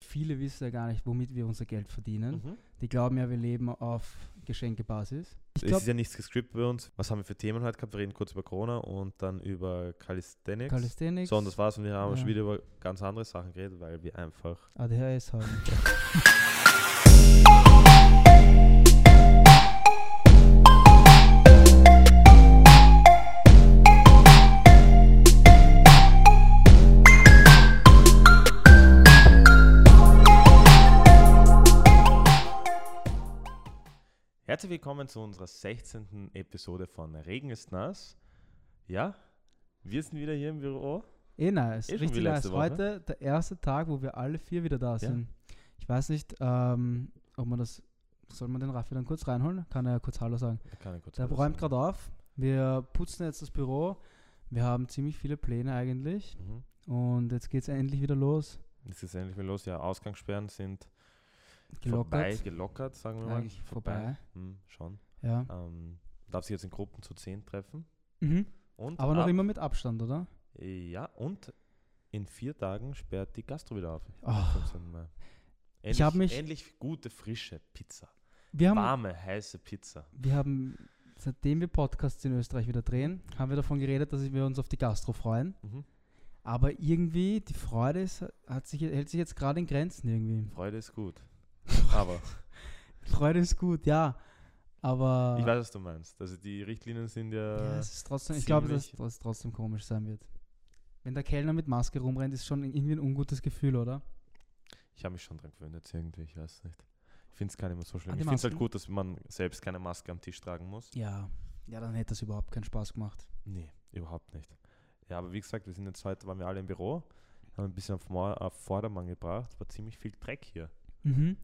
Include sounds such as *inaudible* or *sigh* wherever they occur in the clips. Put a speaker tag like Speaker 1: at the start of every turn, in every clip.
Speaker 1: viele wissen ja gar nicht, womit wir unser Geld verdienen.
Speaker 2: Mhm.
Speaker 1: Die glauben ja, wir leben auf Geschenkebasis. Ich
Speaker 2: es
Speaker 1: glaube,
Speaker 2: ist ja nichts gescriptet bei uns. Was haben wir für Themen heute gehabt? Wir reden kurz über Corona und dann über Calisthenics.
Speaker 1: Calisthenics,
Speaker 2: So, und das war's. Und wir haben
Speaker 1: Ja.
Speaker 2: schon wieder über ganz andere Sachen geredet, weil wir einfach.
Speaker 1: ADHS haben.
Speaker 2: *laughs* Herzlich willkommen zu unserer 16. Episode von Regen ist nass. Ja, wir sind wieder hier im Büro.
Speaker 1: Eh nice.
Speaker 2: Eh schon wie
Speaker 1: Richtig
Speaker 2: letzte
Speaker 1: nice.
Speaker 2: Woche.
Speaker 1: Heute der erste Tag, wo wir alle vier wieder da
Speaker 2: Ja.
Speaker 1: sind. Ich weiß nicht, ähm, ob man das. Soll man den Raffi dann kurz reinholen? Kann er kurz Hallo sagen.
Speaker 2: Da kann ich kurz
Speaker 1: Der
Speaker 2: was
Speaker 1: räumt
Speaker 2: sagen.
Speaker 1: gerade auf. Wir putzen jetzt das Büro. Wir haben ziemlich viele Pläne eigentlich.
Speaker 2: Mhm.
Speaker 1: Und jetzt geht es endlich wieder los.
Speaker 2: Jetzt ist endlich mal los. Ja, Ausgangssperren sind vorbei,
Speaker 1: Gelockert.
Speaker 2: gelockert, sagen wir mal.
Speaker 1: Eigentlich vorbei.
Speaker 2: Hm, schon.
Speaker 1: Ja.
Speaker 2: Ähm, darf sich jetzt in Gruppen zu 10 treffen.
Speaker 1: Mhm.
Speaker 2: Und
Speaker 1: Aber noch
Speaker 2: ab-
Speaker 1: immer mit Abstand, oder?
Speaker 2: Ja, und in vier Tagen sperrt die Gastro wieder auf.
Speaker 1: Ah.
Speaker 2: 15. Mai. Endlich,
Speaker 1: Ich hab mich-
Speaker 2: endlich gute, frische Pizza.
Speaker 1: Wir haben,
Speaker 2: Warme, heiße Pizza.
Speaker 1: wir haben, seitdem wir Podcasts in Österreich wieder drehen, haben wir davon geredet, dass wir uns auf die Gastro freuen.
Speaker 2: Mhm.
Speaker 1: Aber irgendwie, die Freude ist, hat sich, hält sich jetzt gerade in Grenzen irgendwie.
Speaker 2: Freude ist gut.
Speaker 1: *laughs*
Speaker 2: Aber
Speaker 1: Freude ist gut, ja. Aber
Speaker 2: ich weiß, was du meinst. Also die Richtlinien sind
Speaker 1: ja,
Speaker 2: ja.
Speaker 1: es ist trotzdem, ich glaube, dass
Speaker 2: ziemlich-
Speaker 1: das trotzdem komisch sein wird. Wenn der Kellner mit Maske rumrennt, ist schon irgendwie ein ungutes Gefühl, oder?
Speaker 2: ich habe mich schon dran gewöhnt jetzt irgendwie, ich weiß nicht. Ich finde es gar nicht mehr so schlimm.
Speaker 1: An
Speaker 2: Ich
Speaker 1: die
Speaker 2: finde es halt
Speaker 1: Masken?
Speaker 2: gut, dass man selbst keine Maske am Tisch tragen muss.
Speaker 1: Ja. Ja, dann hätte das überhaupt keinen Spaß gemacht.
Speaker 2: Nee, überhaupt nicht. Ja, aber wie gesagt, wir sind jetzt heute, waren wir alle im Büro, haben ein bisschen auf, Mo- auf Vordermann gebracht, war ziemlich viel Dreck hier.
Speaker 1: Mhm.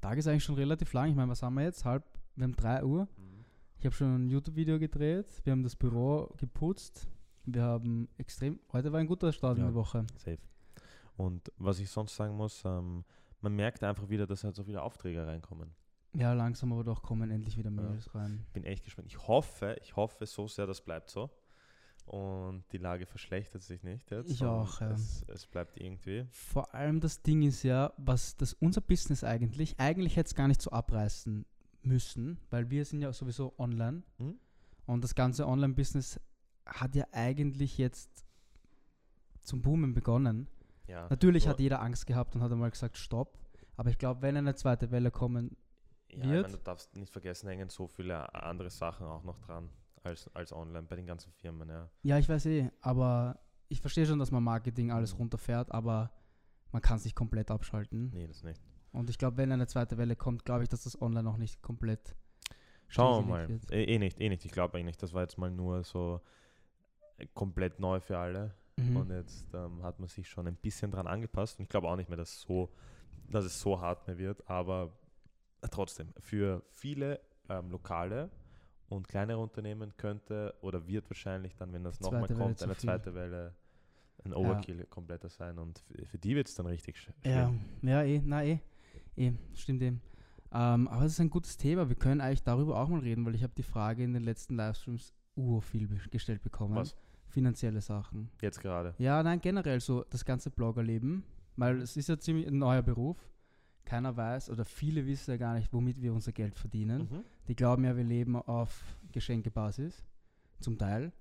Speaker 1: Tag ist eigentlich schon relativ lang. Ich meine, was haben wir jetzt? Halb, wir haben 3 Uhr.
Speaker 2: Mhm.
Speaker 1: Ich habe schon ein YouTube-Video gedreht. Wir haben das Büro geputzt. Wir haben extrem. Heute war ein guter Start in
Speaker 2: Ja.
Speaker 1: der Woche.
Speaker 2: Safe. Und was ich sonst sagen muss, ähm, man merkt einfach wieder, dass halt so viele Aufträge reinkommen.
Speaker 1: Ja, langsam aber doch kommen endlich wieder
Speaker 2: Ja.
Speaker 1: Mails rein.
Speaker 2: Bin echt gespannt. Ich hoffe, ich hoffe so sehr, das bleibt so. Und die Lage verschlechtert sich nicht jetzt.
Speaker 1: Ich
Speaker 2: sondern
Speaker 1: auch, ja.
Speaker 2: Es, es bleibt irgendwie.
Speaker 1: Vor allem das Ding ist ja, was das unser Business eigentlich, eigentlich hätte es gar nicht so abreißen müssen, weil wir sind ja sowieso online.
Speaker 2: Mhm.
Speaker 1: Und das ganze Online-Business hat ja eigentlich jetzt zum Boomen begonnen.
Speaker 2: Ja,
Speaker 1: Natürlich
Speaker 2: nur-
Speaker 1: hat jeder Angst gehabt und hat einmal gesagt, stopp. Aber ich glaube, wenn eine zweite Welle kommen wird-
Speaker 2: ja, Ich meine, du darfst nicht vergessen, da hängen so viele andere Sachen auch noch dran als, als online bei den ganzen Firmen. Ja.
Speaker 1: Ja, ich weiß eh, aber ich verstehe schon, dass man Marketing alles
Speaker 2: Mhm.
Speaker 1: runterfährt, aber man kann es nicht komplett abschalten.
Speaker 2: Nee, das nicht.
Speaker 1: Und ich glaube, wenn eine zweite Welle kommt, glaube ich, dass das online noch nicht komplett.
Speaker 2: Schauen wir mal.
Speaker 1: Stillgelegt
Speaker 2: Eh, eh nicht, eh nicht. Ich glaube eh nicht. Das war jetzt mal nur so äh, komplett neu für alle.
Speaker 1: Mhm.
Speaker 2: Und jetzt ähm, hat man sich schon ein bisschen dran angepasst. Und ich glaube auch nicht mehr, dass, so, dass es so hart mehr wird. Aber äh, trotzdem, für viele ähm, Lokale und kleinere Unternehmen könnte oder wird wahrscheinlich dann, wenn das
Speaker 1: Die
Speaker 2: nochmal
Speaker 1: zweite Welle
Speaker 2: kommt,
Speaker 1: zu
Speaker 2: eine
Speaker 1: viel.
Speaker 2: zweite Welle ein Overkill kompletter sein. Und f- für die wird es dann richtig sch
Speaker 1: ja,
Speaker 2: schlimm.
Speaker 1: ja, eh, na eh. Eh, stimmt dem. Ähm, aber es ist ein gutes Thema. Wir können eigentlich darüber auch mal reden, weil ich habe die Frage in den letzten Livestreams urviel be- gestellt bekommen.
Speaker 2: Was?
Speaker 1: Finanzielle Sachen.
Speaker 2: Jetzt gerade.
Speaker 1: Ja, nein, generell so das ganze Bloggerleben, weil es ist ja ziemlich ein neuer Beruf. Keiner weiß oder viele wissen ja gar nicht, womit wir unser Geld verdienen.
Speaker 2: Mhm.
Speaker 1: Die glauben ja, wir leben auf Geschenkebasis, zum Teil.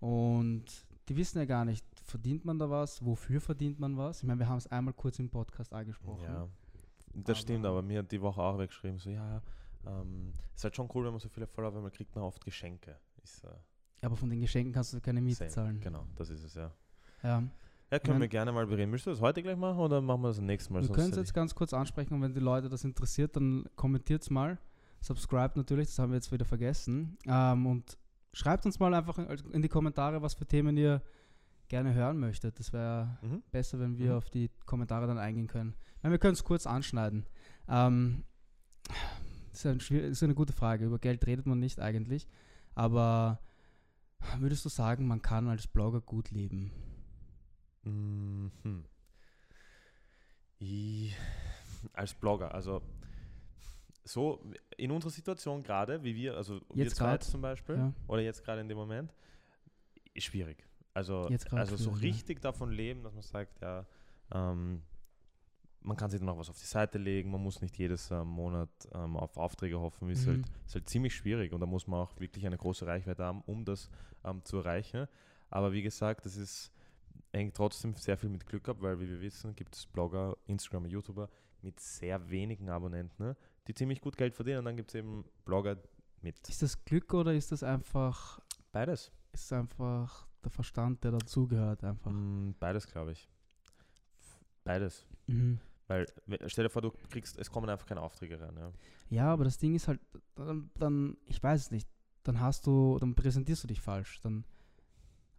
Speaker 1: Und die wissen ja gar nicht, verdient man da was, wofür verdient man was. Ich meine, wir haben es einmal kurz im Podcast angesprochen.
Speaker 2: Ja, das
Speaker 1: Aber-
Speaker 2: stimmt, aber mir hat die Woche auch weggeschrieben, so ja, ähm, ist halt schon cool, wenn man so viele Follower, weil man kriegt man oft Geschenke. Ist, äh,
Speaker 1: Aber von den Geschenken kannst du keine Miete
Speaker 2: same.
Speaker 1: zahlen.
Speaker 2: Genau, das ist es, ja.
Speaker 1: Ja.
Speaker 2: Ja, können wir
Speaker 1: mein-
Speaker 2: gerne mal bereden. Möchtest du das heute gleich machen oder machen wir das nächstes Mal?
Speaker 1: Mhm. Wir
Speaker 2: Sonst
Speaker 1: können es
Speaker 2: hätte
Speaker 1: jetzt ganz kurz ansprechen und wenn die Leute das interessiert, dann kommentiert es mal. Subscribe natürlich, das haben wir jetzt wieder vergessen. Ähm, und schreibt uns mal einfach in- in die Kommentare, was für Themen ihr gerne hören möchtet. Das wäre
Speaker 2: ich- Mhm.
Speaker 1: besser, wenn wir
Speaker 2: Mhm.
Speaker 1: auf die Kommentare dann eingehen können. Nein, wir können es kurz anschneiden. Ähm, das ist, ein, schwier- ist eine gute Frage. Über Geld redet man nicht eigentlich. Aber würdest du sagen, man kann als Blogger gut leben?
Speaker 2: Mhm. I- Als Blogger, also so in unserer Situation gerade, wie wir, also wir
Speaker 1: Jetzt
Speaker 2: zwei
Speaker 1: grad,
Speaker 2: jetzt zum Beispiel,
Speaker 1: ja.
Speaker 2: oder jetzt gerade in dem Moment, ist schwierig. Also,
Speaker 1: Jetzt grad
Speaker 2: also so
Speaker 1: schwierig, ja.
Speaker 2: richtig davon leben, dass man sagt, ja, ähm, man kann sich dann auch was auf die Seite legen, man muss nicht jedes äh, Monat ähm, auf Aufträge hoffen, ist,
Speaker 1: Mhm.
Speaker 2: halt, ist halt ziemlich schwierig und da muss man auch wirklich eine große Reichweite haben, um das ähm, zu erreichen. Aber wie gesagt, das ist hängt trotzdem sehr viel mit Glück ab, weil wie wir wissen, gibt es Blogger, Instagramer, YouTuber mit sehr wenigen Abonnenten, ne, die ziemlich gut Geld verdienen und dann gibt es eben Blogger mit
Speaker 1: Ist das Glück oder ist das einfach,
Speaker 2: beides.
Speaker 1: ist einfach der Verstand, der dazugehört einfach?
Speaker 2: Mm, Beides, glaube ich. Beides.
Speaker 1: Mhm.
Speaker 2: Weil, we- stell dir vor, du kriegst, es kommen einfach keine Aufträge rein. Ja.
Speaker 1: Ja, aber das Ding ist halt, dann, dann ich weiß es nicht, dann hast du, dann präsentierst du dich falsch. Dann,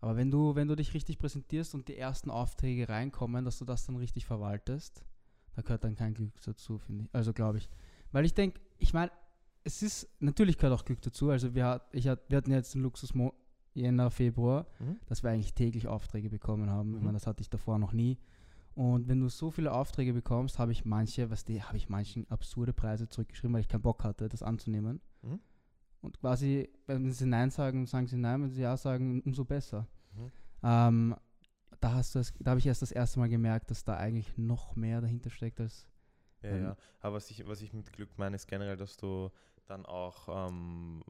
Speaker 1: aber wenn du, wenn du dich richtig präsentierst und die ersten Aufträge reinkommen, dass du das dann richtig verwaltest, da gehört dann kein Glück dazu, finde ich. Also glaube ich. Weil ich denke, ich meine, es ist, natürlich gehört auch Glück dazu. Also wir, hat, ich hat, wir hatten jetzt den Luxus Mo Jänner, Februar,
Speaker 2: Mhm.
Speaker 1: dass wir eigentlich täglich Aufträge bekommen haben. Ich
Speaker 2: Mhm.
Speaker 1: meine, das hatte ich davor noch nie. Und wenn du so viele Aufträge bekommst, habe ich manche, was die, habe ich manchen absurde Preise zurückgeschrieben, weil ich keinen Bock hatte, das anzunehmen.
Speaker 2: Mhm.
Speaker 1: Und quasi, wenn sie Nein sagen, sagen sie Nein, wenn sie Ja sagen, um, umso besser.
Speaker 2: Mhm.
Speaker 1: Ähm, da hast du es, da habe ich erst das erste Mal gemerkt, dass da eigentlich noch mehr dahinter steckt als.
Speaker 2: Ja,
Speaker 1: Ähm,
Speaker 2: ja. Aber was ich, was ich mit Glück meine, ist generell, dass du dann auch, ähm,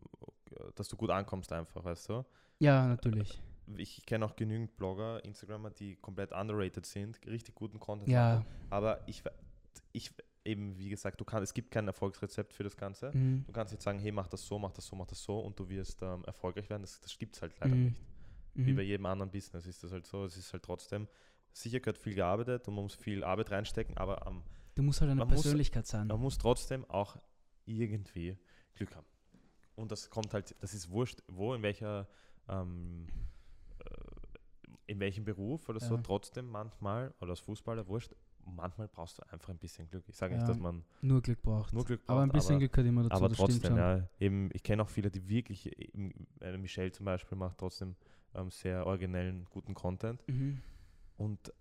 Speaker 2: dass du gut ankommst einfach, weißt du?
Speaker 1: Ja, natürlich.
Speaker 2: Ich kenne auch genügend Blogger, Instagramer, die komplett underrated sind, richtig guten Content
Speaker 1: Ja.
Speaker 2: machen. Aber ich, we- ich, eben wie gesagt, du kannst, es gibt kein Erfolgsrezept für das Ganze.
Speaker 1: Mhm.
Speaker 2: Du kannst jetzt sagen, hey, mach das so, mach das so, mach das so und du wirst ähm, erfolgreich werden. Das, das gibt es halt leider
Speaker 1: Mhm.
Speaker 2: nicht. Wie
Speaker 1: Mhm.
Speaker 2: bei jedem anderen Business ist das halt so. Es ist halt trotzdem, sicher gehört viel gearbeitet und man muss viel Arbeit reinstecken, aber am
Speaker 1: Du musst halt eine
Speaker 2: Man muss-
Speaker 1: Persönlichkeit sein.
Speaker 2: man muss trotzdem auch irgendwie Glück haben. Und das kommt halt, das ist wurscht, wo, in welcher, ähm, äh, in welchem Beruf oder so,
Speaker 1: Ja.
Speaker 2: trotzdem manchmal, oder als Fußballer, wurscht, manchmal brauchst du einfach ein bisschen Glück. Ich sage
Speaker 1: Ja.
Speaker 2: nicht, dass man
Speaker 1: Nur Glück braucht.
Speaker 2: nur Glück braucht,
Speaker 1: aber ein bisschen Glück gehört immer dazu,
Speaker 2: aber
Speaker 1: das stimmt
Speaker 2: trotzdem,
Speaker 1: schon.
Speaker 2: ja, eben, ich kenne auch viele, die wirklich, eben, eine Michelle zum Beispiel macht trotzdem ähm, sehr originellen, guten Content
Speaker 1: Mhm.
Speaker 2: und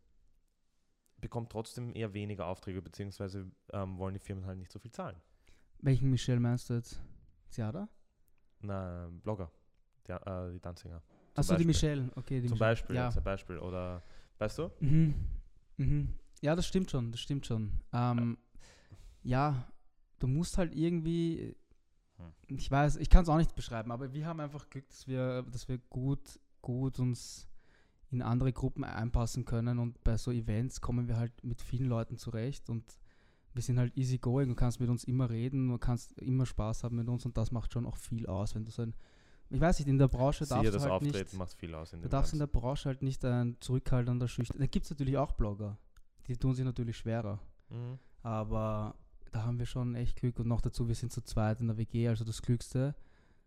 Speaker 2: bekommt trotzdem eher weniger Aufträge, beziehungsweise ähm, wollen die Firmen halt nicht so viel zahlen.
Speaker 1: Welchen Michelle meinst du jetzt? Ciara?
Speaker 2: Na, äh, Blogger, der, äh, die Danzinger.
Speaker 1: Achso, die
Speaker 2: Beispiel.
Speaker 1: Michelle. Okay, die
Speaker 2: Zum
Speaker 1: Michelle.
Speaker 2: Beispiel,
Speaker 1: Ja.
Speaker 2: jetzt ein Beispiel. Oder, weißt du?
Speaker 1: Mhm. Mhm. ja, das stimmt schon, das stimmt schon. Ähm, ja, du musst halt irgendwie,
Speaker 2: Hm.
Speaker 1: ich weiß, ich kann es auch nicht beschreiben, aber wir haben einfach Glück, dass wir, dass wir gut, gut uns in andere Gruppen einpassen können und bei so Events kommen wir halt mit vielen Leuten zurecht und wir sind halt easy going, du kannst mit uns immer reden, du kannst immer Spaß haben mit uns und das macht schon auch viel aus, wenn du so ein, ich weiß nicht, in der Branche
Speaker 2: Siehe,
Speaker 1: darfst du
Speaker 2: das
Speaker 1: halt
Speaker 2: Auftreten
Speaker 1: nicht,
Speaker 2: macht viel aus. In
Speaker 1: Du
Speaker 2: dem
Speaker 1: darfst in der
Speaker 2: Ganzen.
Speaker 1: Branche halt nicht ein zurückhaltender Schüchtern. Da gibt es natürlich auch Blogger. Die tun sich natürlich schwerer.
Speaker 2: mhm.
Speaker 1: Aber da haben wir schon echt Glück. Und noch dazu, wir sind zu zweit in der WG. Also das Klügste,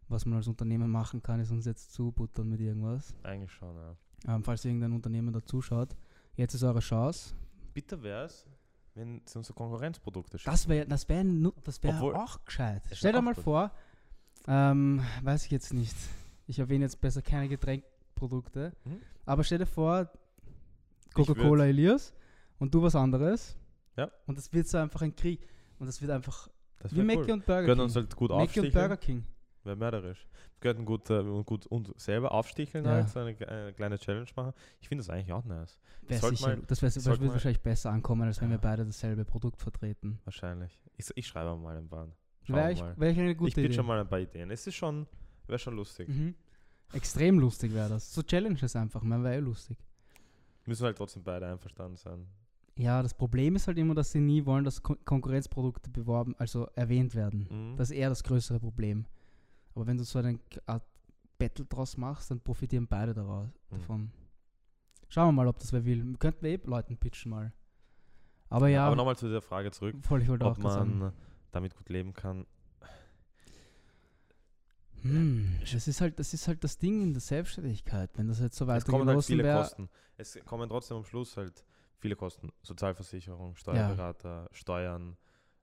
Speaker 1: was man als Unternehmen machen kann, ist uns jetzt zubuttern mit irgendwas.
Speaker 2: Eigentlich schon, ja.
Speaker 1: Ähm, falls irgendein Unternehmen da zuschaut. Jetzt ist eure Chance.
Speaker 2: Bitter wäre es, wenn sie unsere Konkurrenzprodukte schicken.
Speaker 1: Das wäre das wär, nu- das wär
Speaker 2: Obwohl-
Speaker 1: auch gescheit.
Speaker 2: ist
Speaker 1: Stell dir
Speaker 2: auch
Speaker 1: mal
Speaker 2: gut.
Speaker 1: vor, ähm, weiß ich jetzt nicht. Ich erwähne jetzt besser keine Getränkprodukte.
Speaker 2: Mhm.
Speaker 1: Aber stell dir vor,
Speaker 2: würd-
Speaker 1: Coca-Cola Elias und du was anderes.
Speaker 2: Ja.
Speaker 1: Und das wird so einfach ein Krieg. Und das wird einfach
Speaker 2: Das
Speaker 1: wie
Speaker 2: wär
Speaker 1: Mackey
Speaker 2: cool.
Speaker 1: und Burger
Speaker 2: Können uns
Speaker 1: King.
Speaker 2: halt gut
Speaker 1: Mackey und Burger
Speaker 2: aufsticheln.
Speaker 1: King.
Speaker 2: Wäre mörderisch. Wir könnten gut, äh, und gut und selber aufsticheln,
Speaker 1: Ja.
Speaker 2: halt, so eine, ge- eine kleine Challenge machen. Ich finde das eigentlich auch nice.
Speaker 1: Wär
Speaker 2: Sollte
Speaker 1: sicher,
Speaker 2: mal-
Speaker 1: das wär,
Speaker 2: sollte
Speaker 1: wird
Speaker 2: mal-
Speaker 1: wahrscheinlich besser ankommen, als wenn wir
Speaker 2: Ja.
Speaker 1: beide dasselbe Produkt vertreten.
Speaker 2: Wahrscheinlich. Ich, ich schreibe mal ein paar. Schauen wir
Speaker 1: Wäre ich,
Speaker 2: mal.
Speaker 1: wär ich eine
Speaker 2: Ich
Speaker 1: gute
Speaker 2: bitte
Speaker 1: Idee.
Speaker 2: schon mal ein paar Ideen. Es ist schon, wäre schon lustig.
Speaker 1: Mhm. Extrem lustig wäre das. So Challenges einfach, man wäre eh lustig.
Speaker 2: Müssen halt trotzdem beide einverstanden sein.
Speaker 1: Ja, das Problem ist halt immer, dass sie nie wollen, dass Kon Konkurrenzprodukte beworben, also erwähnt werden.
Speaker 2: Mhm.
Speaker 1: Das ist eher das größere Problem. Aber wenn du so eine Art Battle draus machst, dann profitieren beide daraus,
Speaker 2: Mhm.
Speaker 1: davon. Schauen wir mal, ob das wer will. Könnten wir eh Leuten pitchen mal. Aber ja,
Speaker 2: Aber nochmal zu dieser Frage zurück.
Speaker 1: voll, ich wollte auch
Speaker 2: ob
Speaker 1: gerade sagen.
Speaker 2: man äh, damit gut leben kann.
Speaker 1: Hm, das, ist halt, das ist halt das Ding in der Selbstständigkeit. Wenn das jetzt so
Speaker 2: Es
Speaker 1: weit
Speaker 2: kommen halt
Speaker 1: gelaufen
Speaker 2: viele
Speaker 1: wäre,
Speaker 2: Kosten. Es kommen trotzdem am Schluss halt viele Kosten. Sozialversicherung, Steuerberater, Steuern.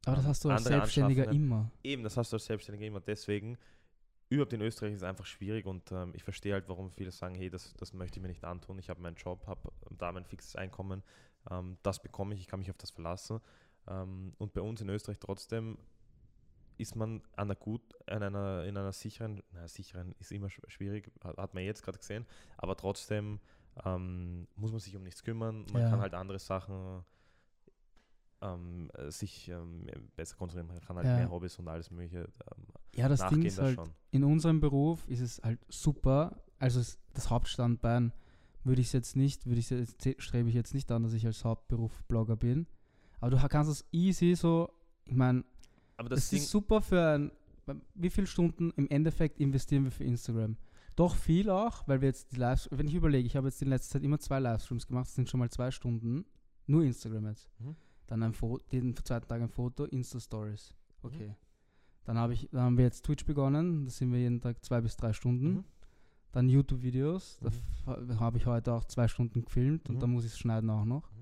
Speaker 1: aber das
Speaker 2: ähm,
Speaker 1: hast du als
Speaker 2: andere
Speaker 1: Selbstständiger
Speaker 2: Anschaffungen.
Speaker 1: immer.
Speaker 2: Eben, das hast du als Selbstständiger immer. Deswegen, überhaupt in Österreich ist es einfach schwierig und ähm, ich verstehe halt, warum viele sagen, hey, das, das möchte ich mir nicht antun. Ich habe meinen Job, habe ähm, da mein fixes Einkommen. Ähm, das bekomme ich, ich kann mich auf das verlassen. Ähm, und bei uns in Österreich trotzdem ist man an einer gut, an einer, in einer sicheren, na, sicheren ist immer sch- schwierig, hat hat man jetzt gerade gesehen, aber trotzdem ähm, muss man sich um nichts kümmern, man
Speaker 1: Ja.
Speaker 2: kann halt andere Sachen ähm, sich ähm, besser konzentrieren kann, halt
Speaker 1: Ja.
Speaker 2: mehr Hobbys und alles mögliche ähm,
Speaker 1: Ja, das
Speaker 2: nachgehen
Speaker 1: Ding ist
Speaker 2: das
Speaker 1: halt,
Speaker 2: schon.
Speaker 1: in unserem Beruf ist es halt super, also es- das Hauptstandbein würde ich jetzt nicht, würde ich jetzt strebe ich jetzt nicht an, dass ich als Hauptberuf Blogger bin, aber du ha- kannst es easy so, ich meine,
Speaker 2: Aber das,
Speaker 1: das,
Speaker 2: Ding,
Speaker 1: ist super für ein wie viele Stunden im Endeffekt investieren wir für Instagram? Doch viel auch, weil wir jetzt die Lives, wenn ich überlege, ich habe jetzt in letzter Zeit immer zwei Livestreams gemacht, das sind schon mal zwei Stunden, nur Instagram jetzt.
Speaker 2: Mhm.
Speaker 1: Dann ein Foto, jeden zweiten Tag ein Foto, Insta-Stories.
Speaker 2: Mhm.
Speaker 1: Okay. Dann, habe ich, dann haben wir jetzt Twitch begonnen, da sind wir jeden Tag zwei bis drei Stunden.
Speaker 2: Mhm.
Speaker 1: Dann YouTube-Videos,
Speaker 2: Mhm.
Speaker 1: da f- habe ich heute auch zwei Stunden gefilmt und
Speaker 2: Mhm.
Speaker 1: dann muss ich es schneiden auch noch.
Speaker 2: Mhm.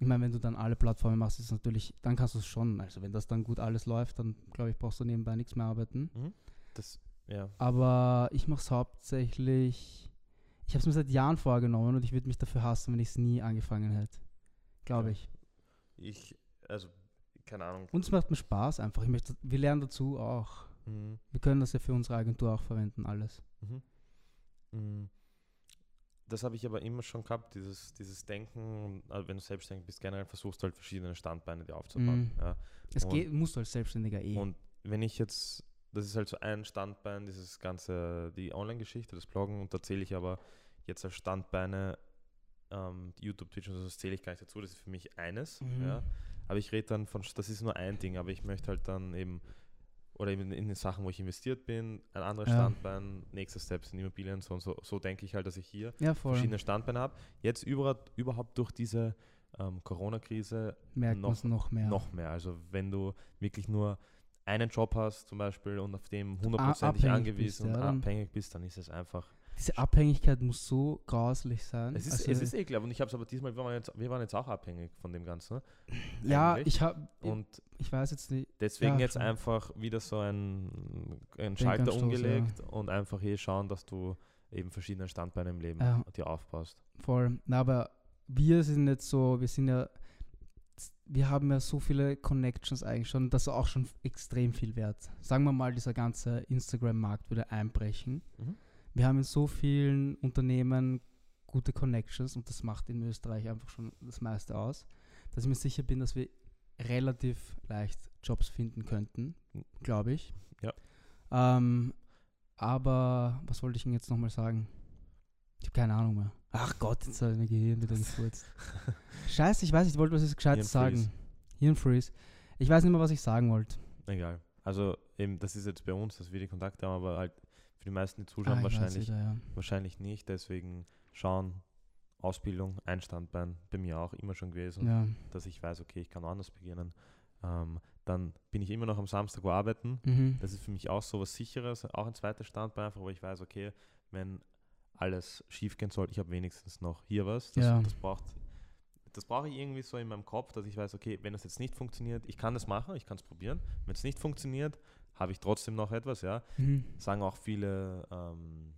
Speaker 1: Ich meine, wenn du dann alle Plattformen machst, ist es natürlich, dann kannst du es schon. Also wenn das dann gut alles läuft, dann glaube ich, brauchst du nebenbei nichts mehr arbeiten.
Speaker 2: das, ja.
Speaker 1: Aber ich mache es hauptsächlich, ich habe es mir seit Jahren vorgenommen und ich würde mich dafür hassen, wenn ich es nie angefangen hätte. Glaube
Speaker 2: Ja.
Speaker 1: ich.
Speaker 2: Ich, also, keine Ahnung.
Speaker 1: Uns macht mir Spaß einfach. Ich möchte, wir lernen dazu auch.
Speaker 2: Mhm.
Speaker 1: Wir können das ja für unsere Agentur auch verwenden, alles.
Speaker 2: Mhm. Mm. Das habe ich aber immer schon gehabt, dieses, dieses Denken, also wenn du selbstständig bist, generell versuchst du halt verschiedene Standbeine dir aufzubauen.
Speaker 1: Mhm.
Speaker 2: Ja.
Speaker 1: Es
Speaker 2: Und-
Speaker 1: geht, musst du als Selbstständiger eh.
Speaker 2: Und wenn ich jetzt, das ist halt so ein Standbein, dieses ganze, die Online-Geschichte, das Bloggen, und da zähle ich aber jetzt als Standbeine ähm, YouTube, Twitch und so, das zähle ich gar nicht dazu, das ist für mich eines.
Speaker 1: Mhm.
Speaker 2: Ja. Aber ich rede dann von, das ist nur ein Ding, aber ich möchte halt dann eben, oder eben in den Sachen, wo ich investiert bin, ein anderes
Speaker 1: Ja.
Speaker 2: Standbein, nächste Steps in Immobilien, so und so, so denke ich halt, dass ich hier
Speaker 1: ja, voll.
Speaker 2: verschiedene Standbeine habe. Jetzt über, überhaupt durch diese ähm, Corona-Krise
Speaker 1: Merkt man
Speaker 2: noch-
Speaker 1: es noch mehr.
Speaker 2: noch mehr. Also wenn du wirklich nur einen Job hast zum Beispiel und auf dem
Speaker 1: abhängig
Speaker 2: hundertprozentig
Speaker 1: bist,
Speaker 2: angewiesen
Speaker 1: ja,
Speaker 2: und
Speaker 1: dann-
Speaker 2: abhängig bist, dann ist es einfach.
Speaker 1: Diese Abhängigkeit muss so grauslich sein.
Speaker 2: Es ist,
Speaker 1: Also-
Speaker 2: es ist ekelhaft. Und ich habe es aber diesmal, wir waren, jetzt, wir waren jetzt auch abhängig von dem Ganzen.
Speaker 1: ja,
Speaker 2: eigentlich.
Speaker 1: ich habe,
Speaker 2: Und
Speaker 1: ich weiß jetzt nicht,
Speaker 2: deswegen
Speaker 1: Ja,
Speaker 2: jetzt
Speaker 1: schon.
Speaker 2: einfach wieder so ein, ein Schalter
Speaker 1: Denkanstoß,
Speaker 2: umgelegt und einfach hier schauen, dass du eben verschiedene Standbeine im Leben
Speaker 1: Ja.
Speaker 2: dir aufbaust.
Speaker 1: voll. Na, aber wir sind jetzt so, wir sind ja, wir haben ja so viele Connections eigentlich schon, das ist auch schon extrem viel wert. Sagen wir mal, dieser ganze Instagram-Markt würde einbrechen.
Speaker 2: Mhm.
Speaker 1: Wir haben in so vielen Unternehmen gute Connections und das macht in Österreich einfach schon das meiste aus, dass ich mir sicher bin, dass wir relativ leicht Jobs finden könnten, glaube ich.
Speaker 2: Hm. Ja.
Speaker 1: Ähm, aber was wollte ich denn jetzt nochmal sagen? Ich habe keine Ahnung mehr. Ach Gott, jetzt habe ich mein Gehirn
Speaker 2: *laughs*
Speaker 1: wieder gefurzt. Scheiße, ich weiß nicht, ich wollte was jetzt Gescheites
Speaker 2: Hirnfreeze.
Speaker 1: sagen. Hirnfreeze. Ich weiß nicht mehr, was ich sagen wollte.
Speaker 2: Egal. Also eben, das ist jetzt bei uns, dass wir die Kontakte haben, aber halt für die meisten, die
Speaker 1: Ah,
Speaker 2: zuschauen,
Speaker 1: ich weiß
Speaker 2: wahrscheinlich
Speaker 1: wieder, ja.
Speaker 2: Wahrscheinlich nicht, deswegen schauen, Ausbildung, ein Standbein, bei mir auch immer schon gewesen,
Speaker 1: ja.
Speaker 2: dass ich weiß, okay, ich kann anders beginnen. Ähm, dann bin ich immer noch am Samstag wo arbeiten.
Speaker 1: Mhm.
Speaker 2: Das ist für mich auch so was Sicheres, auch ein zweites Standbein, einfach, wo ich weiß, okay, wenn alles schief gehen sollte, ich habe wenigstens noch hier was. Das,
Speaker 1: Ja.
Speaker 2: das braucht. Das brauche ich irgendwie so in meinem Kopf, dass ich weiß, okay, wenn das jetzt nicht funktioniert, ich kann das machen, ich kann es probieren. Wenn es nicht funktioniert, habe ich trotzdem noch etwas, ja
Speaker 1: Mhm.
Speaker 2: sagen auch viele ähm,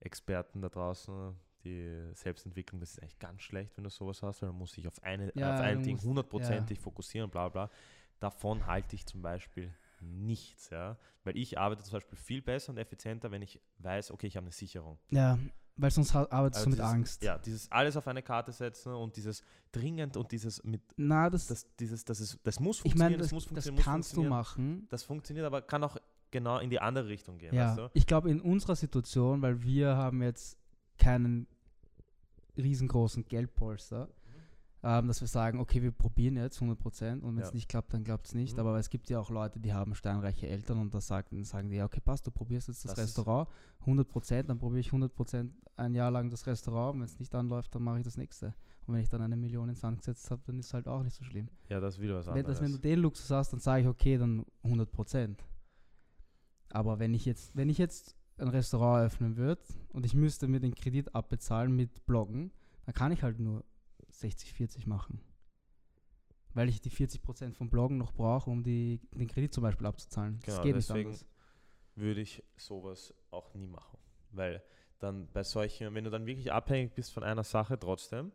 Speaker 2: Experten da draußen, die Selbstentwicklung, das ist eigentlich ganz schlecht, wenn du sowas hast, weil man muss sich auf, eine,
Speaker 1: Ja,
Speaker 2: auf ein
Speaker 1: du
Speaker 2: Ding
Speaker 1: musst-
Speaker 2: hundertprozentig fokussieren, bla bla. Davon halte ich zum Beispiel nichts, ja. Weil ich arbeite zum Beispiel viel besser und effizienter, wenn ich weiß, okay, ich habe eine Sicherung.
Speaker 1: Ja, weil sonst ha- arbeitest
Speaker 2: Also
Speaker 1: du mit
Speaker 2: dieses-
Speaker 1: Angst.
Speaker 2: Ja, dieses alles auf eine Karte setzen und dieses dringend und dieses mit,
Speaker 1: Na, das,
Speaker 2: das, dieses, das ist, das muss
Speaker 1: ich
Speaker 2: funktionieren,
Speaker 1: meine, das,
Speaker 2: muss
Speaker 1: das,
Speaker 2: funktionieren, muss
Speaker 1: kannst du
Speaker 2: funktionieren.
Speaker 1: machen.
Speaker 2: Das funktioniert, aber kann auch genau in die andere Richtung gehen,
Speaker 1: Ja,
Speaker 2: weißt du?
Speaker 1: ich glaube in unserer Situation, weil wir haben jetzt keinen riesengroßen Geldpolster,
Speaker 2: Mhm.
Speaker 1: ähm, dass wir sagen, okay, wir probieren jetzt 100% und wenn es
Speaker 2: Ja.
Speaker 1: nicht klappt, dann klappt es nicht.
Speaker 2: Mhm.
Speaker 1: Aber es gibt ja auch Leute, die haben steinreiche Eltern und da sagen, sagen die, ja, okay, passt, du probierst jetzt das,
Speaker 2: Das ist-
Speaker 1: Restaurant 100%, dann probiere ich 100% ein Jahr lang das Restaurant und wenn es nicht anläuft, dann mache ich das nächste. Und wenn ich dann eine Million in den Sand gesetzt habe, dann ist es halt auch nicht so schlimm.
Speaker 2: Ja, das ist wieder was
Speaker 1: Wenn,
Speaker 2: anderes.
Speaker 1: dass, wenn du den Luxus hast, dann sage ich, okay, dann 100 Prozent. Aber wenn ich jetzt, wenn ich jetzt ein Restaurant eröffnen würde und ich müsste mir den Kredit abbezahlen mit Bloggen, dann kann ich halt nur 60-40 machen. Weil ich die 40% vom Bloggen noch brauche, um die, den Kredit zum Beispiel abzuzahlen. das
Speaker 2: Genau,
Speaker 1: geht nicht
Speaker 2: deswegen-
Speaker 1: anders.
Speaker 2: würde ich sowas auch nie machen. Weil dann bei solchen, wenn du dann wirklich abhängig bist von einer Sache trotzdem,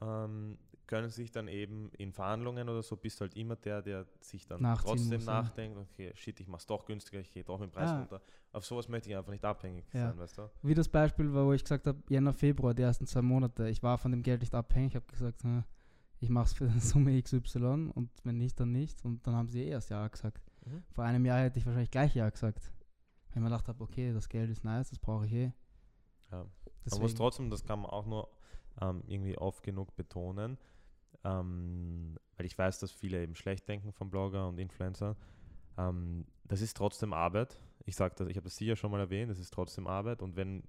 Speaker 2: ähm, können sich dann eben in Verhandlungen oder so, bist du halt immer der, der sich dann
Speaker 1: Nachziehen
Speaker 2: trotzdem
Speaker 1: muss, ja.
Speaker 2: nachdenkt, okay, shit, ich mach's doch günstiger, ich gehe doch mit dem Preis
Speaker 1: Ja.
Speaker 2: runter. Auf sowas möchte ich einfach nicht abhängig
Speaker 1: Ja.
Speaker 2: sein, weißt du?
Speaker 1: Wie das Beispiel war, wo ich gesagt habe, Jänner, Februar, die ersten zwei Monate, ich war von dem Geld nicht abhängig, ich habe gesagt, "Hm, ich mache es für Summe XY und wenn nicht, dann nicht. Und dann haben sie eh erst Ja gesagt.
Speaker 2: Mhm.
Speaker 1: Vor einem Jahr hätte ich wahrscheinlich gleich Ja gesagt. Wenn man gedacht habe, okay, das Geld ist nice, das brauche ich eh.
Speaker 2: Ja. Man muss
Speaker 1: Deswegen,
Speaker 2: trotzdem, das kann man auch nur ähm, irgendwie oft genug betonen, ähm, weil ich weiß, dass viele eben schlecht denken von Blogger und Influencer. Ähm, das ist trotzdem Arbeit. Ich sage das, ich habe das sicher schon mal erwähnt, es ist trotzdem Arbeit. Und wenn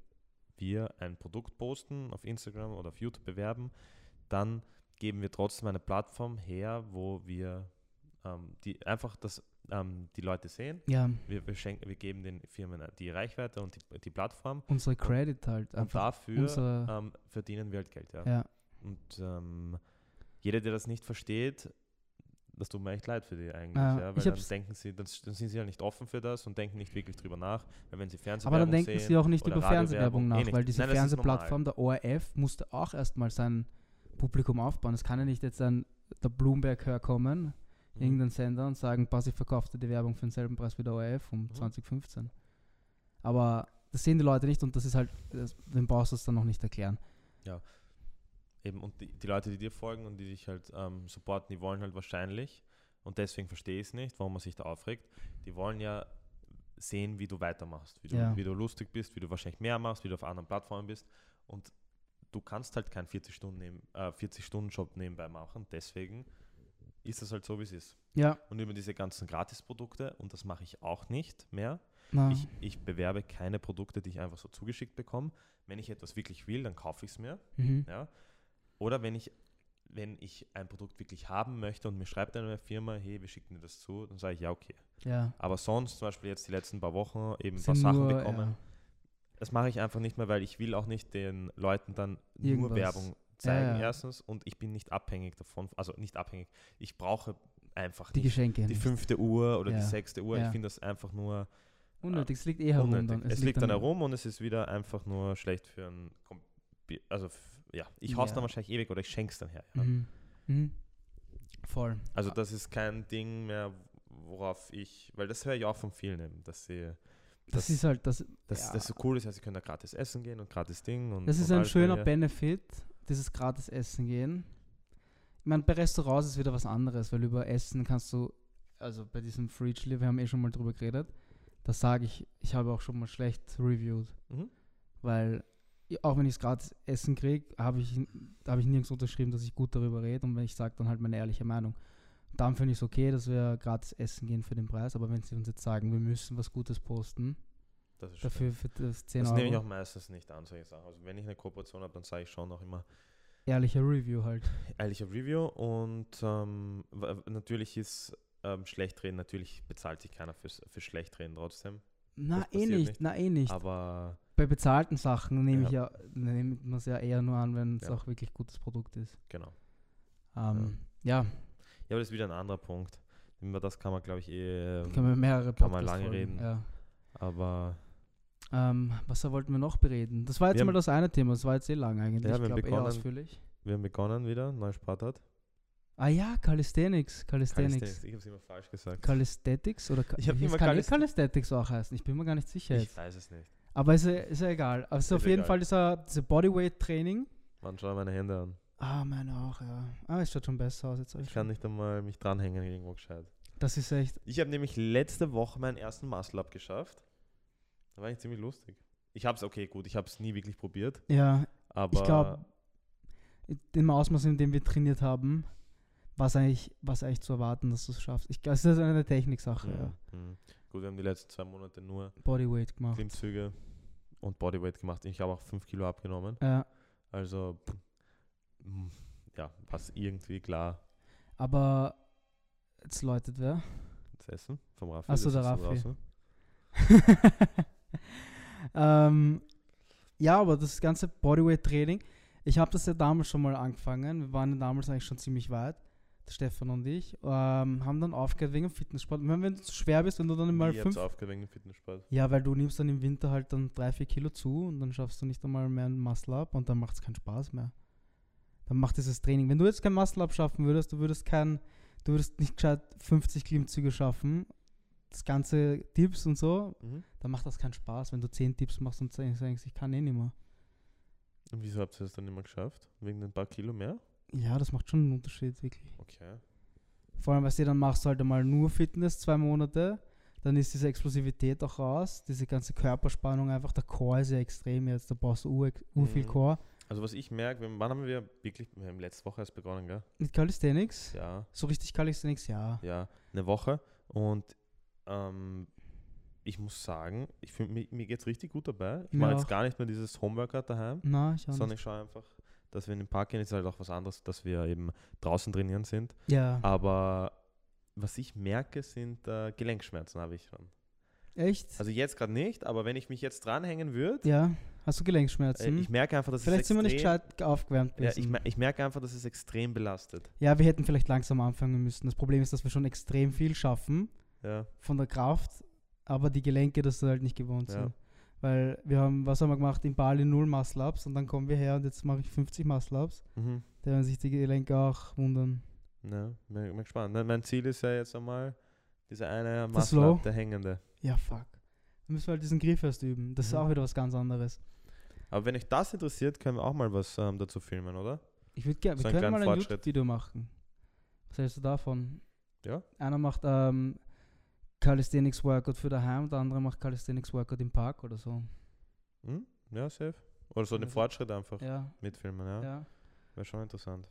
Speaker 2: wir ein Produkt posten, auf Instagram oder auf YouTube bewerben, dann geben wir trotzdem eine Plattform her, wo wir ähm, die einfach das, ähm, die Leute sehen.
Speaker 1: ja,
Speaker 2: Wir, wir, schenken, wir geben den Firmen die Reichweite und die, die Plattform.
Speaker 1: unsere Credit halt
Speaker 2: Und
Speaker 1: einfach.
Speaker 2: dafür
Speaker 1: unsere-
Speaker 2: ähm, verdienen wir halt Geld, ja.
Speaker 1: ja.
Speaker 2: Und ähm, jeder, der das nicht versteht, das tut mir echt leid für die eigentlich,
Speaker 1: Ja,
Speaker 2: ja.
Speaker 1: ich
Speaker 2: Weil dann
Speaker 1: hab's-
Speaker 2: denken sie, dann, dann sind sie ja nicht offen für das und denken nicht wirklich drüber nach. Weil wenn sie
Speaker 1: Aber
Speaker 2: Fernsehwerbung
Speaker 1: dann denken
Speaker 2: sehen
Speaker 1: sie auch nicht
Speaker 2: oder
Speaker 1: über Fernsehwerbung
Speaker 2: Radiowerbung, eh
Speaker 1: nach,
Speaker 2: nicht.
Speaker 1: weil diese
Speaker 2: Nein, das ist
Speaker 1: Fernsehplattform, der ORF, musste auch erstmal sein Publikum aufbauen. Es kann ja nicht jetzt ein, der Bloomberg herkommen,
Speaker 2: normal. Mhm.
Speaker 1: irgendein Sender und sagen, pass, ich verkaufte die Werbung für denselben Preis wie der ORF um
Speaker 2: Mhm.
Speaker 1: 2015. Aber das sehen die Leute nicht und das ist halt, das, dem brauchst du es dann noch nicht erklären.
Speaker 2: Eben, und die, die Leute, die dir folgen und die dich halt ähm, supporten, die wollen halt wahrscheinlich, und deswegen verstehe ich es nicht, warum man sich da aufregt, die wollen ja sehen, wie du weitermachst, wie du,
Speaker 1: Ja.
Speaker 2: wie du lustig bist, wie du wahrscheinlich mehr machst, wie du auf anderen Plattformen bist. Und du kannst halt keinen 40-Stunden-Job neben, äh, 40 nebenbei machen, deswegen ist das halt so, wie es ist.
Speaker 1: Ja,
Speaker 2: Und über diese ganzen Gratisprodukte, und das mache ich auch nicht mehr,
Speaker 1: na,
Speaker 2: ich, ich bewerbe keine Produkte, die ich einfach so zugeschickt bekomme. Wenn ich etwas wirklich will, dann kaufe ich es mir.
Speaker 1: mhm.
Speaker 2: Ja? Oder wenn ich, wenn ich ein Produkt wirklich haben möchte und mir schreibt eine Firma, hey, wir schicken dir das zu, dann sage ich ja, okay.
Speaker 1: ja.
Speaker 2: Aber sonst, zum Beispiel jetzt die letzten paar Wochen, eben ein
Speaker 1: Sind
Speaker 2: paar Sachen
Speaker 1: nur,
Speaker 2: bekommen, das mache ich einfach nicht mehr, weil ich will auch nicht den Leuten dann
Speaker 1: Irgendwas.
Speaker 2: nur Werbung zeigen,
Speaker 1: ja.
Speaker 2: erstens. Und ich bin nicht abhängig davon, also nicht abhängig. Ich brauche einfach
Speaker 1: Ja, die
Speaker 2: nicht
Speaker 1: Geschenke.
Speaker 2: die
Speaker 1: nicht.
Speaker 2: fünfte Uhr oder
Speaker 1: Ja.
Speaker 2: die sechste Uhr.
Speaker 1: Ja.
Speaker 2: Ich finde das einfach nur
Speaker 1: Unnötig, es liegt eh herum.
Speaker 2: unnötig.
Speaker 1: Dann.
Speaker 2: Es, liegt dann
Speaker 1: herum.
Speaker 2: herum und es ist wieder einfach nur schlecht für ein. Kom- Bi- Also, f- ja, ich hau's
Speaker 1: Ja.
Speaker 2: dann wahrscheinlich ewig oder ich schenk's dann her. Ja.
Speaker 1: Mhm. Mhm. Voll.
Speaker 2: Also, das ist kein Ding mehr, worauf ich, weil das höre ich auch von vielen eben, dass sie.
Speaker 1: Das,
Speaker 2: Das,
Speaker 1: ist halt, das,
Speaker 2: dass
Speaker 1: ja.
Speaker 2: das so cool ist, also sie können da gratis essen gehen und gratis Ding und.
Speaker 1: Das ist
Speaker 2: und
Speaker 1: ein
Speaker 2: alles
Speaker 1: schöner
Speaker 2: Mögliche.
Speaker 1: Benefit, dieses gratis Essen gehen. Ich meine, bei Restaurants ist wieder was anderes, weil über Essen kannst du, also bei diesem Free Chili, wir haben eh schon mal drüber geredet, das sage ich, ich habe auch schon mal schlecht reviewed,
Speaker 2: Mhm.
Speaker 1: weil i- auch wenn ich es gratis Essen kriege, habe ich, n- da habe ich nirgends unterschrieben, dass ich gut darüber rede und wenn ich sage, dann halt meine ehrliche Meinung. Dann finde ich es okay, dass wir gratis essen gehen für den Preis, aber wenn sie uns jetzt sagen, wir müssen was Gutes posten,
Speaker 2: Das ist schön.
Speaker 1: dafür für das 10
Speaker 2: Das
Speaker 1: Euro,
Speaker 2: nehme ich auch meistens nicht an, solche Sachen. Also, wenn ich eine Kooperation habe, dann sage ich schon auch immer
Speaker 1: ehrliche Review halt.
Speaker 2: ehrlicher Review und ähm, w- w- natürlich ist ähm, Schlechtreden, natürlich bezahlt sich keiner fürs, für Schlechtreden trotzdem,
Speaker 1: Na,
Speaker 2: Das
Speaker 1: eh
Speaker 2: passiert
Speaker 1: nicht,
Speaker 2: nicht.
Speaker 1: na, eh nicht.
Speaker 2: aber.
Speaker 1: Bei bezahlten Sachen nehme
Speaker 2: Ja.
Speaker 1: ich ja, nimmt man es ja eher nur an, wenn es
Speaker 2: Ja.
Speaker 1: auch wirklich gutes Produkt ist.
Speaker 2: Genau.
Speaker 1: Ähm, ja.
Speaker 2: Ja, aber das ist wieder ein anderer Punkt. Über das kann man, glaube ich, eh.
Speaker 1: können wir mehrere
Speaker 2: kann
Speaker 1: Podcast-Folgen,
Speaker 2: man lange reden.
Speaker 1: Ja.
Speaker 2: Aber
Speaker 1: Ähm, was wollten wir noch bereden? Das war jetzt
Speaker 2: Wir
Speaker 1: mal
Speaker 2: haben-
Speaker 1: das eine Thema, das war jetzt eh lang eigentlich.
Speaker 2: Ja,
Speaker 1: ich
Speaker 2: wir haben
Speaker 1: glaube eher
Speaker 2: begonnen-
Speaker 1: ausführlich.
Speaker 2: wir haben begonnen wieder, neue Sportart.
Speaker 1: Ah ja, Calisthenics, Calisthenics.
Speaker 2: Calisthenics. Ich habe es immer falsch gesagt.
Speaker 1: Calisthetics oder Ca-
Speaker 2: Ich hab
Speaker 1: es
Speaker 2: immer
Speaker 1: kann eh
Speaker 2: Calist-
Speaker 1: Calisthenics auch heißen. Ich bin mir gar nicht sicher
Speaker 2: ich
Speaker 1: jetzt.
Speaker 2: weiß es nicht.
Speaker 1: Aber ist ja, ist ja egal. Also
Speaker 2: Ist
Speaker 1: auf jeden
Speaker 2: egal.
Speaker 1: Fall dieser, dieser Bodyweight-Training.
Speaker 2: Mann, schau meine Hände an.
Speaker 1: Ah, meine auch, ja. Ah, es schaut schon besser aus jetzt. hab
Speaker 2: Ich
Speaker 1: ich
Speaker 2: kann
Speaker 1: schon-
Speaker 2: nicht einmal mich dranhängen irgendwo gescheit.
Speaker 1: Das ist echt.
Speaker 2: Ich habe nämlich letzte Woche meinen ersten Muscle-Up geschafft. Da war ich ziemlich lustig. Ich habe es, okay, gut, ich habe es nie wirklich probiert,
Speaker 1: Ja,
Speaker 2: aber
Speaker 1: ich glaube, im Ausmaß, in dem wir trainiert haben, war es eigentlich, war's eigentlich zu erwarten, dass du es schaffst. Ich glaube, es ist also eine Techniksache, ja.
Speaker 2: Mhm. Mhm. Gut, wir haben die letzten zwei Monate nur
Speaker 1: Bodyweight gemacht.
Speaker 2: Klimmzüge und Bodyweight gemacht. Ich habe auch 5 Kilo abgenommen.
Speaker 1: Ja,
Speaker 2: Also, pff, mm, ja, was irgendwie klar.
Speaker 1: aber jetzt läutet wer. *laughs*
Speaker 2: Das Essen vom Raffi.
Speaker 1: Ach so,
Speaker 2: das
Speaker 1: der
Speaker 2: ist
Speaker 1: Raffi.
Speaker 2: draußen.
Speaker 1: ähm, ja, aber das ganze Bodyweight-Training, ich habe das ja damals schon mal angefangen. Wir waren ja damals eigentlich schon ziemlich weit. der Stefan und ich ähm, haben dann aufgehört wegen dem Fitnesssport. Ich mein, Wenn du zu schwer bist, wenn du dann mal
Speaker 2: Wie
Speaker 1: fünf
Speaker 2: jetzt aufgeweckt im Fitnesssport.
Speaker 1: Ja, weil du nimmst dann im Winter halt dann drei, vier Kilo zu und dann schaffst du nicht einmal mehr ein Muscle-Up und dann macht es keinen Spaß mehr. Dann macht dieses Training. Wenn du jetzt kein Muscle-Up schaffen würdest, du würdest kein, du würdest nicht gescheit 50 Klimmzüge schaffen, das ganze Tipps und so,
Speaker 2: Mhm.
Speaker 1: dann macht das keinen Spaß, wenn du 10 Tipps machst und sagst, ich kann eh nicht mehr.
Speaker 2: Und wieso habt ihr das dann immer geschafft? Wegen ein paar Kilo mehr?
Speaker 1: Ja, das macht schon einen Unterschied, wirklich.
Speaker 2: Okay.
Speaker 1: Vor allem, was du dann machst, du halt einmal nur Fitness zwei Monate, dann ist diese Explosivität auch raus, diese ganze Körperspannung einfach, der Core ist ja extrem jetzt, da brauchst du ur, ur viel
Speaker 2: Mhm.
Speaker 1: Core.
Speaker 2: Also was ich merke, wenn- wann haben wir wirklich, wir haben letzte Woche erst begonnen, gell?
Speaker 1: Mit Calisthenics?
Speaker 2: Ja,
Speaker 1: So richtig Calisthenics, ja.
Speaker 2: ja, eine Woche. Und ähm, ich muss sagen, ich find, mir, mir geht es richtig gut dabei. Ich
Speaker 1: Mir
Speaker 2: mache jetzt
Speaker 1: auch.
Speaker 2: gar nicht mehr dieses Homeworkout daheim,
Speaker 1: Na, ich auch
Speaker 2: sondern
Speaker 1: nicht.
Speaker 2: ich schaue einfach, dass wir in den Park gehen. Ist halt auch was anderes, dass wir eben draußen trainieren sind.
Speaker 1: Ja.
Speaker 2: Ah. Aber was ich merke, sind äh, Gelenkschmerzen habe ich schon.
Speaker 1: Echt?
Speaker 2: Also jetzt gerade nicht, aber wenn ich mich jetzt dranhängen würde,
Speaker 1: ja. Hast du
Speaker 2: äh,
Speaker 1: Gelenkschmerzen?
Speaker 2: ich merke einfach, dass
Speaker 1: vielleicht
Speaker 2: es
Speaker 1: sind wir
Speaker 2: extrem,
Speaker 1: nicht gescheit aufgewärmt.
Speaker 2: ja, ich,
Speaker 1: gewesen.
Speaker 2: mer- ich merke einfach, dass es extrem belastet.
Speaker 1: ja, wir hätten vielleicht langsam anfangen müssen. Das Problem ist, dass wir schon extrem viel schaffen
Speaker 2: Ja.
Speaker 1: von der Kraft, aber die Gelenke, das sind halt nicht gewohnt
Speaker 2: Ja.
Speaker 1: sind. Weil wir haben, was haben wir gemacht? In Bali null Muscle-Ups und dann kommen wir her und jetzt mache ich 50 Muscle-Ups.
Speaker 2: Mhm.
Speaker 1: Da werden sich die Gelenke auch wundern.
Speaker 2: Ja, bin, bin gespannt. Ne, Mein Ziel ist ja jetzt einmal dieser eine
Speaker 1: Das
Speaker 2: Muscle
Speaker 1: Low?
Speaker 2: Up, der hängende.
Speaker 1: Ja, fuck. Dann müssen wir halt diesen Griff erst üben. Das ist
Speaker 2: Mhm.
Speaker 1: auch wieder was ganz anderes.
Speaker 2: Aber wenn euch das interessiert, können wir auch mal was ähm, dazu filmen, oder?
Speaker 1: Ich würde gerne,
Speaker 2: So
Speaker 1: wir
Speaker 2: ein
Speaker 1: können
Speaker 2: kleiner
Speaker 1: mal ein
Speaker 2: Fortschritt.
Speaker 1: YouTube-Video machen. Was hältst du davon?
Speaker 2: Ja.
Speaker 1: Einer macht ähm, Calisthenics Workout für daheim, der andere macht Calisthenics Workout im Park oder so.
Speaker 2: Hm? Ja, safe. Oder so
Speaker 1: Ja,
Speaker 2: den
Speaker 1: so-
Speaker 2: Fortschritt einfach
Speaker 1: Ja,
Speaker 2: mitfilmen, ja.
Speaker 1: ja,
Speaker 2: Wäre schon interessant.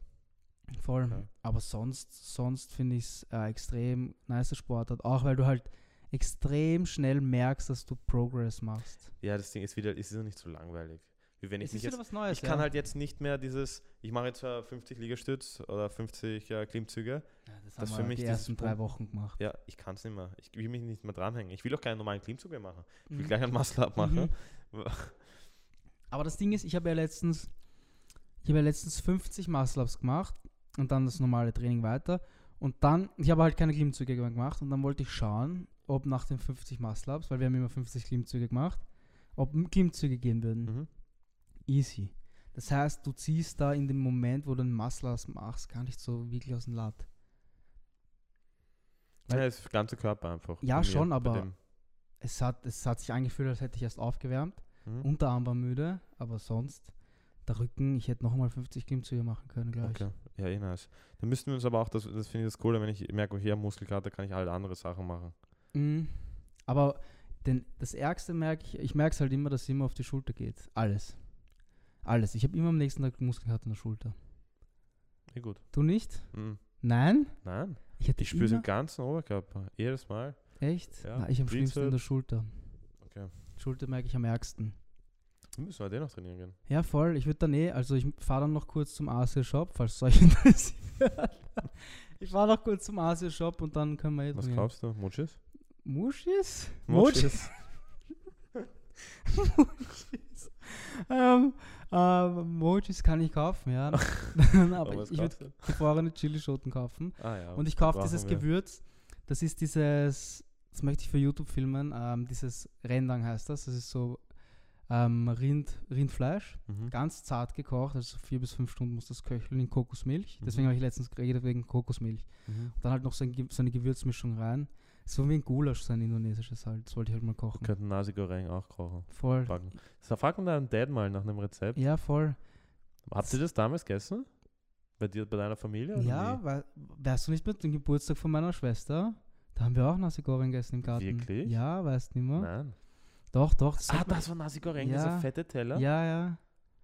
Speaker 1: voll.
Speaker 2: Ja.
Speaker 1: Aber sonst, sonst finde ich es äh, extrem nice Sportart, auch weil du halt extrem schnell merkst, dass du Progress machst.
Speaker 2: Ja, das Ding ist wieder, es ist ja nicht so langweilig. Wie wenn ich
Speaker 1: es
Speaker 2: mich
Speaker 1: ist wieder was
Speaker 2: jetzt.
Speaker 1: Neues.
Speaker 2: Ich kann
Speaker 1: ja.
Speaker 2: halt jetzt nicht mehr dieses, ich mache jetzt äh, 50 Liegestütz oder 50 äh, Klimmzüge.
Speaker 1: ja, das,
Speaker 2: das
Speaker 1: haben
Speaker 2: für
Speaker 1: wir
Speaker 2: mich
Speaker 1: die
Speaker 2: dieses
Speaker 1: ersten drei
Speaker 2: Punkt-
Speaker 1: Wochen gemacht.
Speaker 2: Ja, ich kann es nicht mehr. Ich will mich nicht mehr dranhängen. Ich will auch keinen normalen Klimmzug mehr machen. Ich will
Speaker 1: Mhm.
Speaker 2: gleich einen Muscle-Up machen.
Speaker 1: *laughs* Aber das Ding ist, ich habe ja letztens, ich habe ja letztens 50 Muscle-Ups gemacht und dann das normale Training weiter. Und dann, ich habe halt keine Klimmzüge mehr gemacht und dann wollte ich schauen, ob nach den 50 Muscle-Ups, weil wir haben immer 50 Klimmzüge gemacht, ob Klimmzüge gehen würden.
Speaker 2: Mhm.
Speaker 1: Easy. Das heißt, du ziehst da in dem Moment, wo du einen Muscle-Ups machst, gar nicht so wirklich aus dem Latt. Weil-
Speaker 2: Ja, das ganze Körper einfach.
Speaker 1: Ja,
Speaker 2: bei mir,
Speaker 1: schon,
Speaker 2: bei
Speaker 1: aber-
Speaker 2: dem-
Speaker 1: Es hat, es hat sich angefühlt, als hätte ich erst aufgewärmt.
Speaker 2: Mhm.
Speaker 1: Unterarm war müde, aber sonst, der Rücken, ich hätte nochmal 50 Klimmzüge machen können gleich.
Speaker 2: Okay. Ja, eh nice. Dann müssten wir uns aber auch, das, das finde ich das Coole, wenn ich merke, okay, ich habe Muskelkater, kann ich halt andere Sachen machen.
Speaker 1: Mhm. Aber den, das Ärgste merke ich, ich merke es halt immer, dass es immer auf die Schulter geht. Alles. Alles. Ich habe immer am nächsten Tag Muskelkater in der Schulter.
Speaker 2: Eh gut.
Speaker 1: Du nicht?
Speaker 2: Mhm.
Speaker 1: Nein?
Speaker 2: Nein,
Speaker 1: Ich hätte
Speaker 2: ich spüre es im
Speaker 1: immer,
Speaker 2: ganzen Oberkörper. Jedes Mal.
Speaker 1: Echt?
Speaker 2: Ja.
Speaker 1: Na, ich am schlimmsten in der
Speaker 2: Bizeps.
Speaker 1: Schulter.
Speaker 2: Okay.
Speaker 1: Schulter merke ich am ärgsten.
Speaker 2: Wir müssen halt eh noch trainieren gehen.
Speaker 1: Ja, voll. Ich würde dann eh, also ich fahre dann noch kurz zum Asia-Shop, falls es euch *laughs* interessiert. ich fahre noch kurz zum Asia-Shop und dann können wir eh
Speaker 2: Was
Speaker 1: trainieren.
Speaker 2: glaubst du? Mutschis?
Speaker 1: Muschis? Mochis. ähm, ähm, Mochis kann ich kaufen,
Speaker 2: *laughs*
Speaker 1: ja. Aber ich, ich würde
Speaker 2: würde.
Speaker 1: gefrorene Chilischoten kaufen.
Speaker 2: Ah, ja.
Speaker 1: Und ich kaufe
Speaker 2: brauchen
Speaker 1: dieses
Speaker 2: wir.
Speaker 1: Gewürz. Das ist dieses, das möchte ich für YouTube filmen, ähm, dieses Rendang heißt das. Das ist so ähm, Rind, Rindfleisch,
Speaker 2: Mhm.
Speaker 1: ganz zart gekocht, also vier bis fünf Stunden muss das köcheln in Kokosmilch. Deswegen
Speaker 2: Mhm.
Speaker 1: habe ich letztens geredet wegen Kokosmilch.
Speaker 2: Mhm.
Speaker 1: Und dann halt noch so, ein, Ge- so eine Gewürzmischung rein. So wie ein Gulasch, so ein indonesisches halt. Das wollte ich halt mal kochen.
Speaker 2: Könnten Nasi Goreng auch kochen.
Speaker 1: Voll.
Speaker 2: Fragen. So, frag mal deinen Dad mal nach einem Rezept.
Speaker 1: Ja, voll.
Speaker 2: Habt ihr das damals gegessen? Bei dir, bei deiner Familie? oder
Speaker 1: Ja,
Speaker 2: wie?
Speaker 1: weil, weißt du nicht mit dem Geburtstag von meiner Schwester? Da haben wir auch Nasi Goreng gegessen im Garten.
Speaker 2: Wirklich?
Speaker 1: Ja, weißt du nicht mehr?
Speaker 2: Nein.
Speaker 1: Doch, doch. das
Speaker 2: Ah,
Speaker 1: hat man-
Speaker 2: das war Nasi Goreng,
Speaker 1: Ja.
Speaker 2: dieser fette Teller?
Speaker 1: Ja, ja.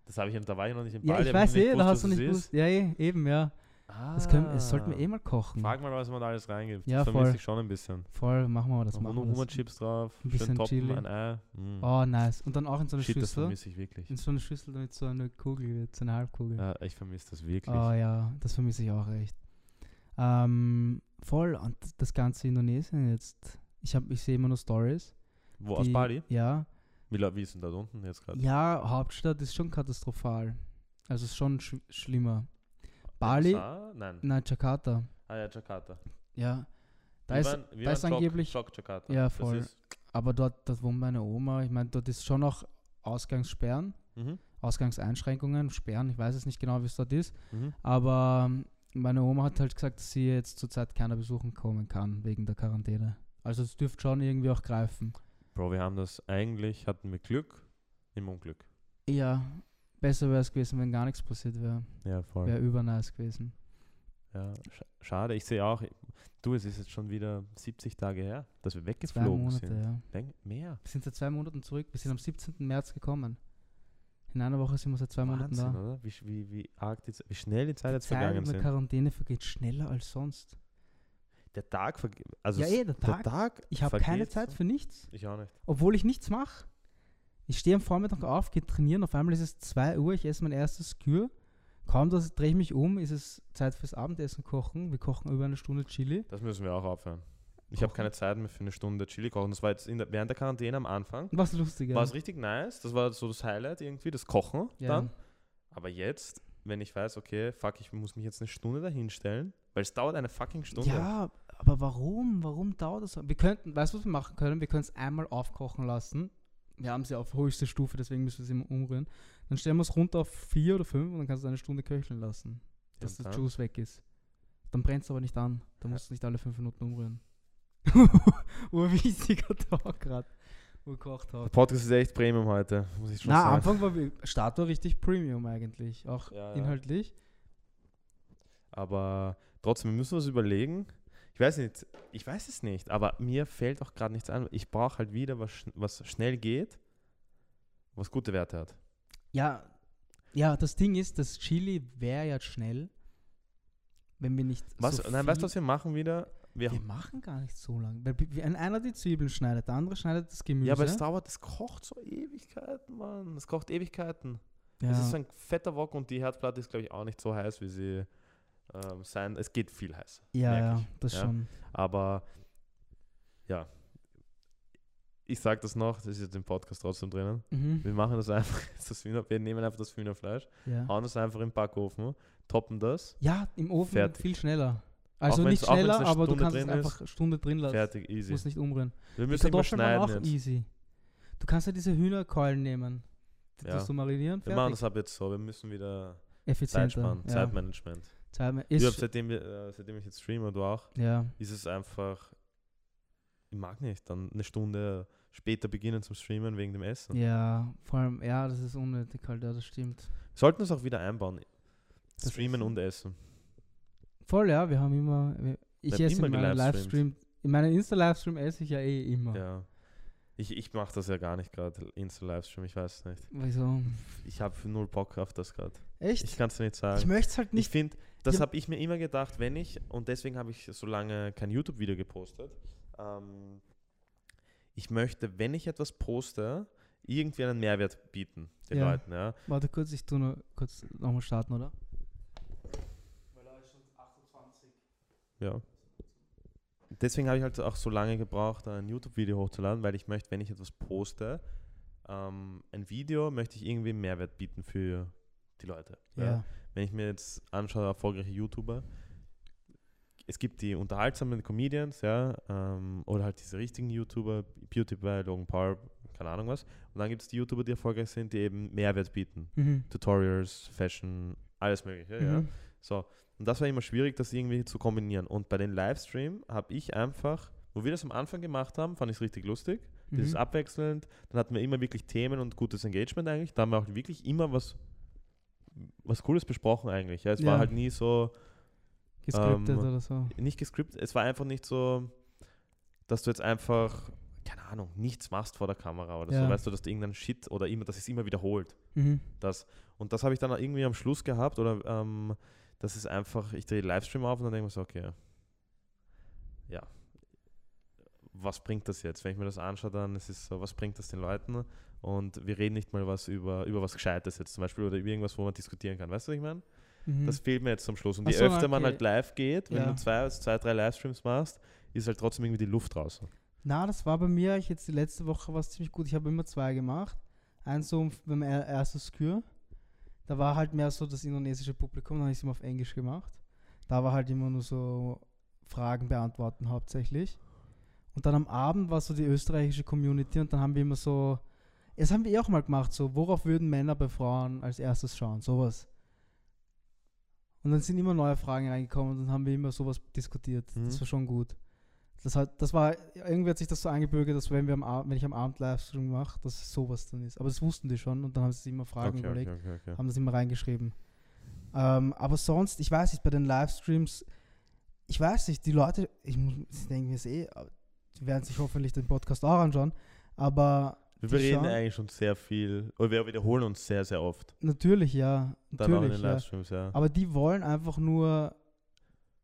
Speaker 2: Das habe ich, da war ich noch nicht im
Speaker 1: Ja,
Speaker 2: Ball.
Speaker 1: ich weiß eh, da hast du nicht gewusst. Ja, eh, eben, ja.
Speaker 2: Ah.
Speaker 1: Das, können, das sollten wir eh mal kochen.
Speaker 2: Frag mal, was man da alles reingibt.
Speaker 1: Ja,
Speaker 2: das vermisse
Speaker 1: voll.
Speaker 2: ich schon ein bisschen.
Speaker 1: Voll, machen wir mal das. Machen wir das.
Speaker 2: Hummerchips drauf,
Speaker 1: Ein bisschen
Speaker 2: schön toppen,
Speaker 1: Chili.
Speaker 2: ein Ei. Mm.
Speaker 1: Oh, nice. Und dann auch in so eine
Speaker 2: Shit, das
Speaker 1: Schüssel.
Speaker 2: vermisse ich wirklich.
Speaker 1: In so eine Schüssel, damit so eine Kugel wird, so eine Halbkugel.
Speaker 2: Ja, ich vermisse das wirklich.
Speaker 1: Oh ja, das vermisse ich auch echt. Ähm, voll, und das ganze Indonesien jetzt. Ich, hab- ich sehe immer nur Stories.
Speaker 2: Wo, aus
Speaker 1: die-
Speaker 2: Bali?
Speaker 1: Ja.
Speaker 2: Wie, la- wie ist denn da unten jetzt gerade?
Speaker 1: Ja, Hauptstadt ist schon katastrophal. Also ist schon sch schlimmer. Bali?
Speaker 2: Sa- Nein.
Speaker 1: Nein, Jakarta.
Speaker 2: Ah ja, Jakarta.
Speaker 1: Ja. Da
Speaker 2: wir
Speaker 1: ist,
Speaker 2: waren, wir
Speaker 1: da ist
Speaker 2: waren Jok-
Speaker 1: angeblich-
Speaker 2: Jok Jakarta.
Speaker 1: Ja,
Speaker 2: Das
Speaker 1: voll.
Speaker 2: ist,
Speaker 1: aber dort, dort wohnt meine Oma. Ich meine, dort ist schon auch Ausgangssperren,
Speaker 2: mhm,
Speaker 1: Ausgangseinschränkungen, Sperren. Ich weiß es nicht genau, wie es dort ist.
Speaker 2: mhm.
Speaker 1: Aber ähm, meine Oma hat halt gesagt, dass sie jetzt zurzeit keiner besuchen kommen kann wegen der Quarantäne. Also es dürfte schon irgendwie auch greifen.
Speaker 2: Bro, wir haben das eigentlich, hatten wir Glück im Unglück.
Speaker 1: Ja, Besser wäre es gewesen, wenn gar nichts passiert wäre.
Speaker 2: Ja, voll.
Speaker 1: Wäre übernice gewesen.
Speaker 2: Ja, sch schade. Ich sehe auch, du, es ist jetzt schon wieder 70 Tage her, dass wir
Speaker 1: Zwei
Speaker 2: weggeflogen
Speaker 1: Monate,
Speaker 2: sind.
Speaker 1: ja.
Speaker 2: Denk, mehr.
Speaker 1: Wir sind seit zwei Monaten zurück. Wir sind am 17. März gekommen. In einer Woche sind wir seit zwei Monaten
Speaker 2: Wahnsinn,
Speaker 1: da.
Speaker 2: oder? Wie, sch- wie, wie, arg die, Ze- wie schnell die Zeit jetzt
Speaker 1: Zeit
Speaker 2: vergangen
Speaker 1: mit
Speaker 2: sind.
Speaker 1: Quarantäne vergeht schneller als sonst.
Speaker 2: Der Tag vergeht. Also
Speaker 1: Ja,
Speaker 2: s-
Speaker 1: eh, der Tag. Ich habe keine
Speaker 2: vergeht
Speaker 1: Zeit
Speaker 2: so-
Speaker 1: für nichts,
Speaker 2: Ich auch nicht.
Speaker 1: obwohl ich nichts mache. Ich stehe am Vormittag auf, gehe trainieren, auf einmal ist es 2 Uhr, ich esse mein erstes Skür. Kaum das drehe ich mich um, ist es Zeit fürs Abendessen kochen. Wir kochen über eine Stunde Chili.
Speaker 2: Das müssen wir auch aufhören. Ich habe
Speaker 1: Kochen?
Speaker 2: keine Zeit mehr für eine Stunde Chili kochen. Das war jetzt in der, während der Quarantäne am Anfang.
Speaker 1: Was lustiger.
Speaker 2: War es richtig nice. Das war so das Highlight irgendwie, das Kochen
Speaker 1: ja.
Speaker 2: dann. Aber jetzt, wenn ich weiß, okay, fuck, ich muss mich jetzt eine Stunde dahinstellen, weil es dauert eine fucking Stunde.
Speaker 1: ja, aber warum? Warum dauert das so? Wir könnten, weißt du, was wir machen können? Wir können es einmal aufkochen lassen. Wir haben sie auf höchste Stufe, deswegen müssen wir es immer umrühren. Dann stellen wir es runter auf 4 oder 5 und dann kannst du es eine Stunde köcheln lassen. dass
Speaker 2: und
Speaker 1: der
Speaker 2: dann?
Speaker 1: Juice weg ist. Dann brennt es aber nicht an. Da musst du nicht alle fünf Minuten umrühren. *laughs* Urwichtiger Tag gerade. Urkocht
Speaker 2: Der
Speaker 1: hat.
Speaker 2: Also Podcast ist echt Premium heute, muss ich schon
Speaker 1: Na, am
Speaker 2: sagen.
Speaker 1: Anfang war wir- Start war richtig Premium eigentlich. Auch
Speaker 2: Ja, ja.
Speaker 1: inhaltlich.
Speaker 2: Aber trotzdem, wir müssen uns überlegen. Ich weiß nicht, ich weiß es nicht, aber mir fällt auch gerade nichts an. Ich brauche halt wieder was, schn- was schnell geht, was gute Werte hat.
Speaker 1: Ja, ja, das Ding ist, das Chili wäre ja schnell, wenn wir nicht.
Speaker 2: Was,
Speaker 1: so
Speaker 2: nein, weißt du,
Speaker 1: viel-
Speaker 2: was wir machen wieder? Wir,
Speaker 1: Wir machen gar nicht so lange. Weil bi- wenn einer die Zwiebeln schneidet, der andere schneidet das Gemüse.
Speaker 2: ja, aber es dauert, es kocht so Ewigkeiten, Mann. Es kocht Ewigkeiten. Es ist
Speaker 1: ja.
Speaker 2: ein fetter Wok und die Herdplatte ist, glaube ich, auch nicht so heiß, wie sie ähm, sein. Es geht viel heiß.
Speaker 1: ja,
Speaker 2: merk
Speaker 1: ja,
Speaker 2: ich,
Speaker 1: das
Speaker 2: ja.
Speaker 1: schon.
Speaker 2: Aber ja, ich sage das noch, das ist jetzt im Podcast trotzdem drinnen.
Speaker 1: Mhm.
Speaker 2: Wir machen das einfach, *laughs* das Wiener, wir nehmen einfach das Wiener Fleisch,
Speaker 1: Ja.
Speaker 2: hauen es einfach im Backofen, toppen das,
Speaker 1: Ja, im Ofen
Speaker 2: Fertig.
Speaker 1: viel schneller. Also
Speaker 2: wenn's-
Speaker 1: nicht
Speaker 2: auch wenn's
Speaker 1: schneller,
Speaker 2: eine
Speaker 1: aber du
Speaker 2: Stunde
Speaker 1: kannst es
Speaker 2: drin ist,
Speaker 1: einfach eine Stunde drin lassen.
Speaker 2: fertig,
Speaker 1: Du
Speaker 2: easy.
Speaker 1: musst nicht umrühren.
Speaker 2: Wir
Speaker 1: Die
Speaker 2: müssen immer
Speaker 1: Kartoffeln waren auch
Speaker 2: schneiden jetzt.
Speaker 1: easy. Du kannst ja diese Hühnerkeulen nehmen. Die
Speaker 2: Ja.
Speaker 1: tust du marinieren,
Speaker 2: Wir machen
Speaker 1: fertig.
Speaker 2: das ab jetzt so, wir müssen wieder Zeit
Speaker 1: Effizienter.
Speaker 2: sparen,
Speaker 1: Ja.
Speaker 2: Zeitmanagement.
Speaker 1: Zeitma-
Speaker 2: Ich
Speaker 1: ist,
Speaker 2: glaub, seitdem, wir, äh, seitdem ich jetzt streame und du auch,
Speaker 1: ja.
Speaker 2: ist es einfach, ich mag nicht, dann eine Stunde später beginnen zum Streamen wegen dem Essen.
Speaker 1: ja, vor allem, ja, das ist unnötig halt, ja, das stimmt.
Speaker 2: Wir sollten es auch wieder einbauen.
Speaker 1: Das
Speaker 2: Streamen
Speaker 1: Essen?
Speaker 2: und Essen.
Speaker 1: Voll, ja, wir haben immer, wir- ich
Speaker 2: Wir haben
Speaker 1: esse
Speaker 2: immer
Speaker 1: in meinem
Speaker 2: gelivestreamt.
Speaker 1: Livestream, in meinem Insta-Livestream esse ich ja eh immer.
Speaker 2: Ja. Ich, ich mache das ja gar nicht gerade, Insta-Livestream, ich weiß nicht.
Speaker 1: Wieso?
Speaker 2: Ich habe null Bock auf das gerade.
Speaker 1: Echt?
Speaker 2: Ich
Speaker 1: Ich,
Speaker 2: kann es dir nicht sagen.
Speaker 1: möchte es halt
Speaker 2: Ich
Speaker 1: nicht.
Speaker 2: finde, das
Speaker 1: Ja.
Speaker 2: habe ich mir immer gedacht, wenn ich, und deswegen habe ich so lange kein YouTube-Video gepostet, ähm, ich möchte, wenn ich etwas poste, irgendwie einen Mehrwert bieten den
Speaker 1: Ja.
Speaker 2: Leuten. Ja.
Speaker 1: Warte kurz, ich tu nur kurz nochmal starten, oder?
Speaker 2: ja. Deswegen habe ich halt auch so lange gebraucht, ein YouTube-Video hochzuladen, weil ich möchte, wenn ich etwas poste, ähm, ein Video möchte ich irgendwie einen Mehrwert bieten für die Leute.
Speaker 1: Ja.
Speaker 2: wenn ich mir jetzt anschaue, erfolgreiche YouTuber, es gibt die unterhaltsamen Comedians, ja, ähm, oder halt diese richtigen YouTuber, Beauty Boy, Logan Paul, keine Ahnung was. Und dann gibt es die YouTuber, die erfolgreich sind, die eben Mehrwert bieten.
Speaker 1: Mhm.
Speaker 2: Tutorials, Fashion, alles mögliche, ja.
Speaker 1: Mhm.
Speaker 2: So, und das war immer schwierig, das irgendwie zu kombinieren. Und bei den Livestream habe ich einfach, wo wir das am Anfang gemacht haben, fand ich es richtig lustig. Das ist
Speaker 1: Mhm.
Speaker 2: abwechselnd. Dann hatten wir immer wirklich Themen und gutes Engagement eigentlich. Da haben wir auch wirklich immer was, was Cooles besprochen eigentlich. Ja, es war
Speaker 1: Ja.
Speaker 2: halt nie so,
Speaker 1: Gescriptet
Speaker 2: ähm,
Speaker 1: oder so.
Speaker 2: nicht gescriptet, es war einfach nicht so, dass du jetzt einfach, keine Ahnung, nichts machst vor der Kamera oder
Speaker 1: Ja.
Speaker 2: so. Weißt du, dass du irgendeinen Shit oder immer, dass es immer wiederholt.
Speaker 1: Mhm.
Speaker 2: Das. Und das habe ich dann irgendwie am Schluss gehabt oder ähm, das ist einfach, ich drehe Livestream auf und dann denke ich mir so, okay, ja, was bringt das jetzt? Wenn ich mir das anschaue, dann ist es so, was bringt das den Leuten? Und wir reden nicht mal was über, über was Gescheites jetzt zum Beispiel oder über irgendwas, wo man diskutieren kann. Weißt du, was ich meine?
Speaker 1: Mhm.
Speaker 2: Das fehlt mir jetzt zum Schluss. Und
Speaker 1: Ach
Speaker 2: je
Speaker 1: so,
Speaker 2: öfter man
Speaker 1: okay.
Speaker 2: halt live geht, wenn
Speaker 1: Ja.
Speaker 2: du zwei, zwei, drei Livestreams machst, ist halt trotzdem irgendwie die Luft draußen.
Speaker 1: Na, das war bei mir ich jetzt die letzte Woche was ziemlich gut. Ich habe immer zwei gemacht. Eins so um beim er- ersten Skür. Da war halt mehr so das indonesische Publikum, dann habe ich es immer auf Englisch gemacht. Da war halt immer nur so Fragen beantworten hauptsächlich. Und dann am Abend war so die österreichische Community und dann haben wir immer so, das haben wir eh auch mal gemacht, so worauf würden Männer bei Frauen als erstes schauen, sowas. Und dann sind immer neue Fragen reingekommen und dann haben wir immer sowas diskutiert.
Speaker 2: Mhm.
Speaker 1: Das war schon gut. Das, hat, das war, irgendwie hat sich das so eingebürgert, dass wenn, wir am Abend, wenn ich am Abend Livestream mache, dass sowas dann ist. Aber das wussten die schon und dann haben sie sich immer Fragen
Speaker 2: okay,
Speaker 1: überlegt,
Speaker 2: okay, okay, okay.
Speaker 1: haben das immer reingeschrieben. Ähm, aber sonst, ich weiß nicht, bei den Livestreams, ich weiß nicht, die Leute, ich muss ich denke mir es eh, die werden sich hoffentlich den Podcast auch anschauen, aber
Speaker 2: Wir
Speaker 1: die
Speaker 2: reden
Speaker 1: schauen-
Speaker 2: eigentlich schon sehr viel, oder wir wiederholen uns sehr, sehr oft.
Speaker 1: natürlich, ja.
Speaker 2: Dann auch in
Speaker 1: Natürlich,
Speaker 2: den
Speaker 1: ja.
Speaker 2: Livestreams, ja.
Speaker 1: Aber die wollen einfach nur,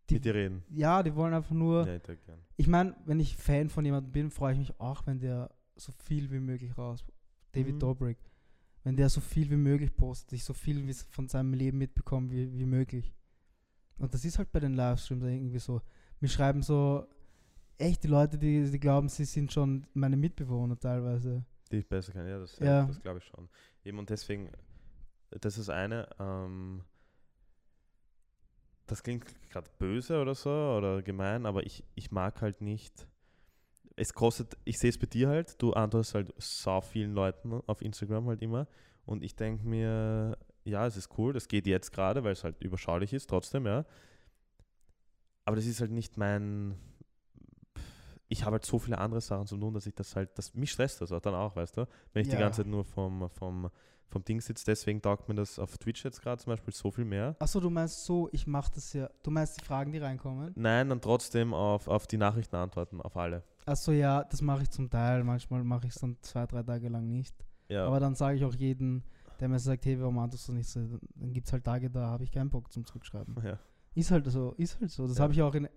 Speaker 1: die-
Speaker 2: Mit dir reden.
Speaker 1: ja, die wollen einfach nur,
Speaker 2: Ja, ich tag gern.
Speaker 1: ich meine, wenn ich Fan von jemandem bin, freue ich mich auch, wenn der so viel wie möglich raus. David
Speaker 2: Mhm.
Speaker 1: Dobrik. Wenn der so viel wie möglich postet, ich so viel wie von seinem Leben mitbekomme wie, wie möglich. Und das ist halt bei den Livestreams irgendwie so. Mir schreiben so echt die Leute, die, die glauben, sie sind schon meine Mitbewohner teilweise.
Speaker 2: Die ich besser kann, ja, das,
Speaker 1: Ja.
Speaker 2: das glaube ich schon. Eben und deswegen, das ist eine, ähm, das klingt gerade böse oder so oder gemein, aber ich, ich mag halt nicht. Es kostet, ich sehe es bei dir halt, du antwortest halt so vielen Leuten auf Instagram halt immer und ich denke mir, ja, es ist cool, das geht jetzt gerade, weil es halt überschaulich ist, trotzdem, ja. Aber das ist halt nicht mein. Ich habe halt so viele andere Sachen zu tun, dass ich das halt, das, mich stresst das auch dann auch, weißt du? Wenn ich die
Speaker 1: Ja.
Speaker 2: ganze Zeit nur vom, vom, vom Ding sitze, deswegen taugt mir das auf Twitch jetzt gerade zum Beispiel so viel mehr.
Speaker 1: Achso, du meinst so, ich mache das ja. Du meinst die Fragen, die reinkommen?
Speaker 2: Nein, dann trotzdem auf, auf die Nachrichten antworten, auf alle.
Speaker 1: Achso, ja, das mache ich zum Teil. Manchmal mache ich es dann zwei, drei Tage lang nicht.
Speaker 2: Ja,
Speaker 1: Aber dann sage ich auch jeden, der mir sagt, hey, warum antwortest du nicht so? Dann gibt es halt Tage, da habe ich keinen Bock zum Zurückschreiben.
Speaker 2: *laughs* *laughs* ja.
Speaker 1: Ist halt so, ist halt so. Das
Speaker 2: Ja.
Speaker 1: habe ich auch in,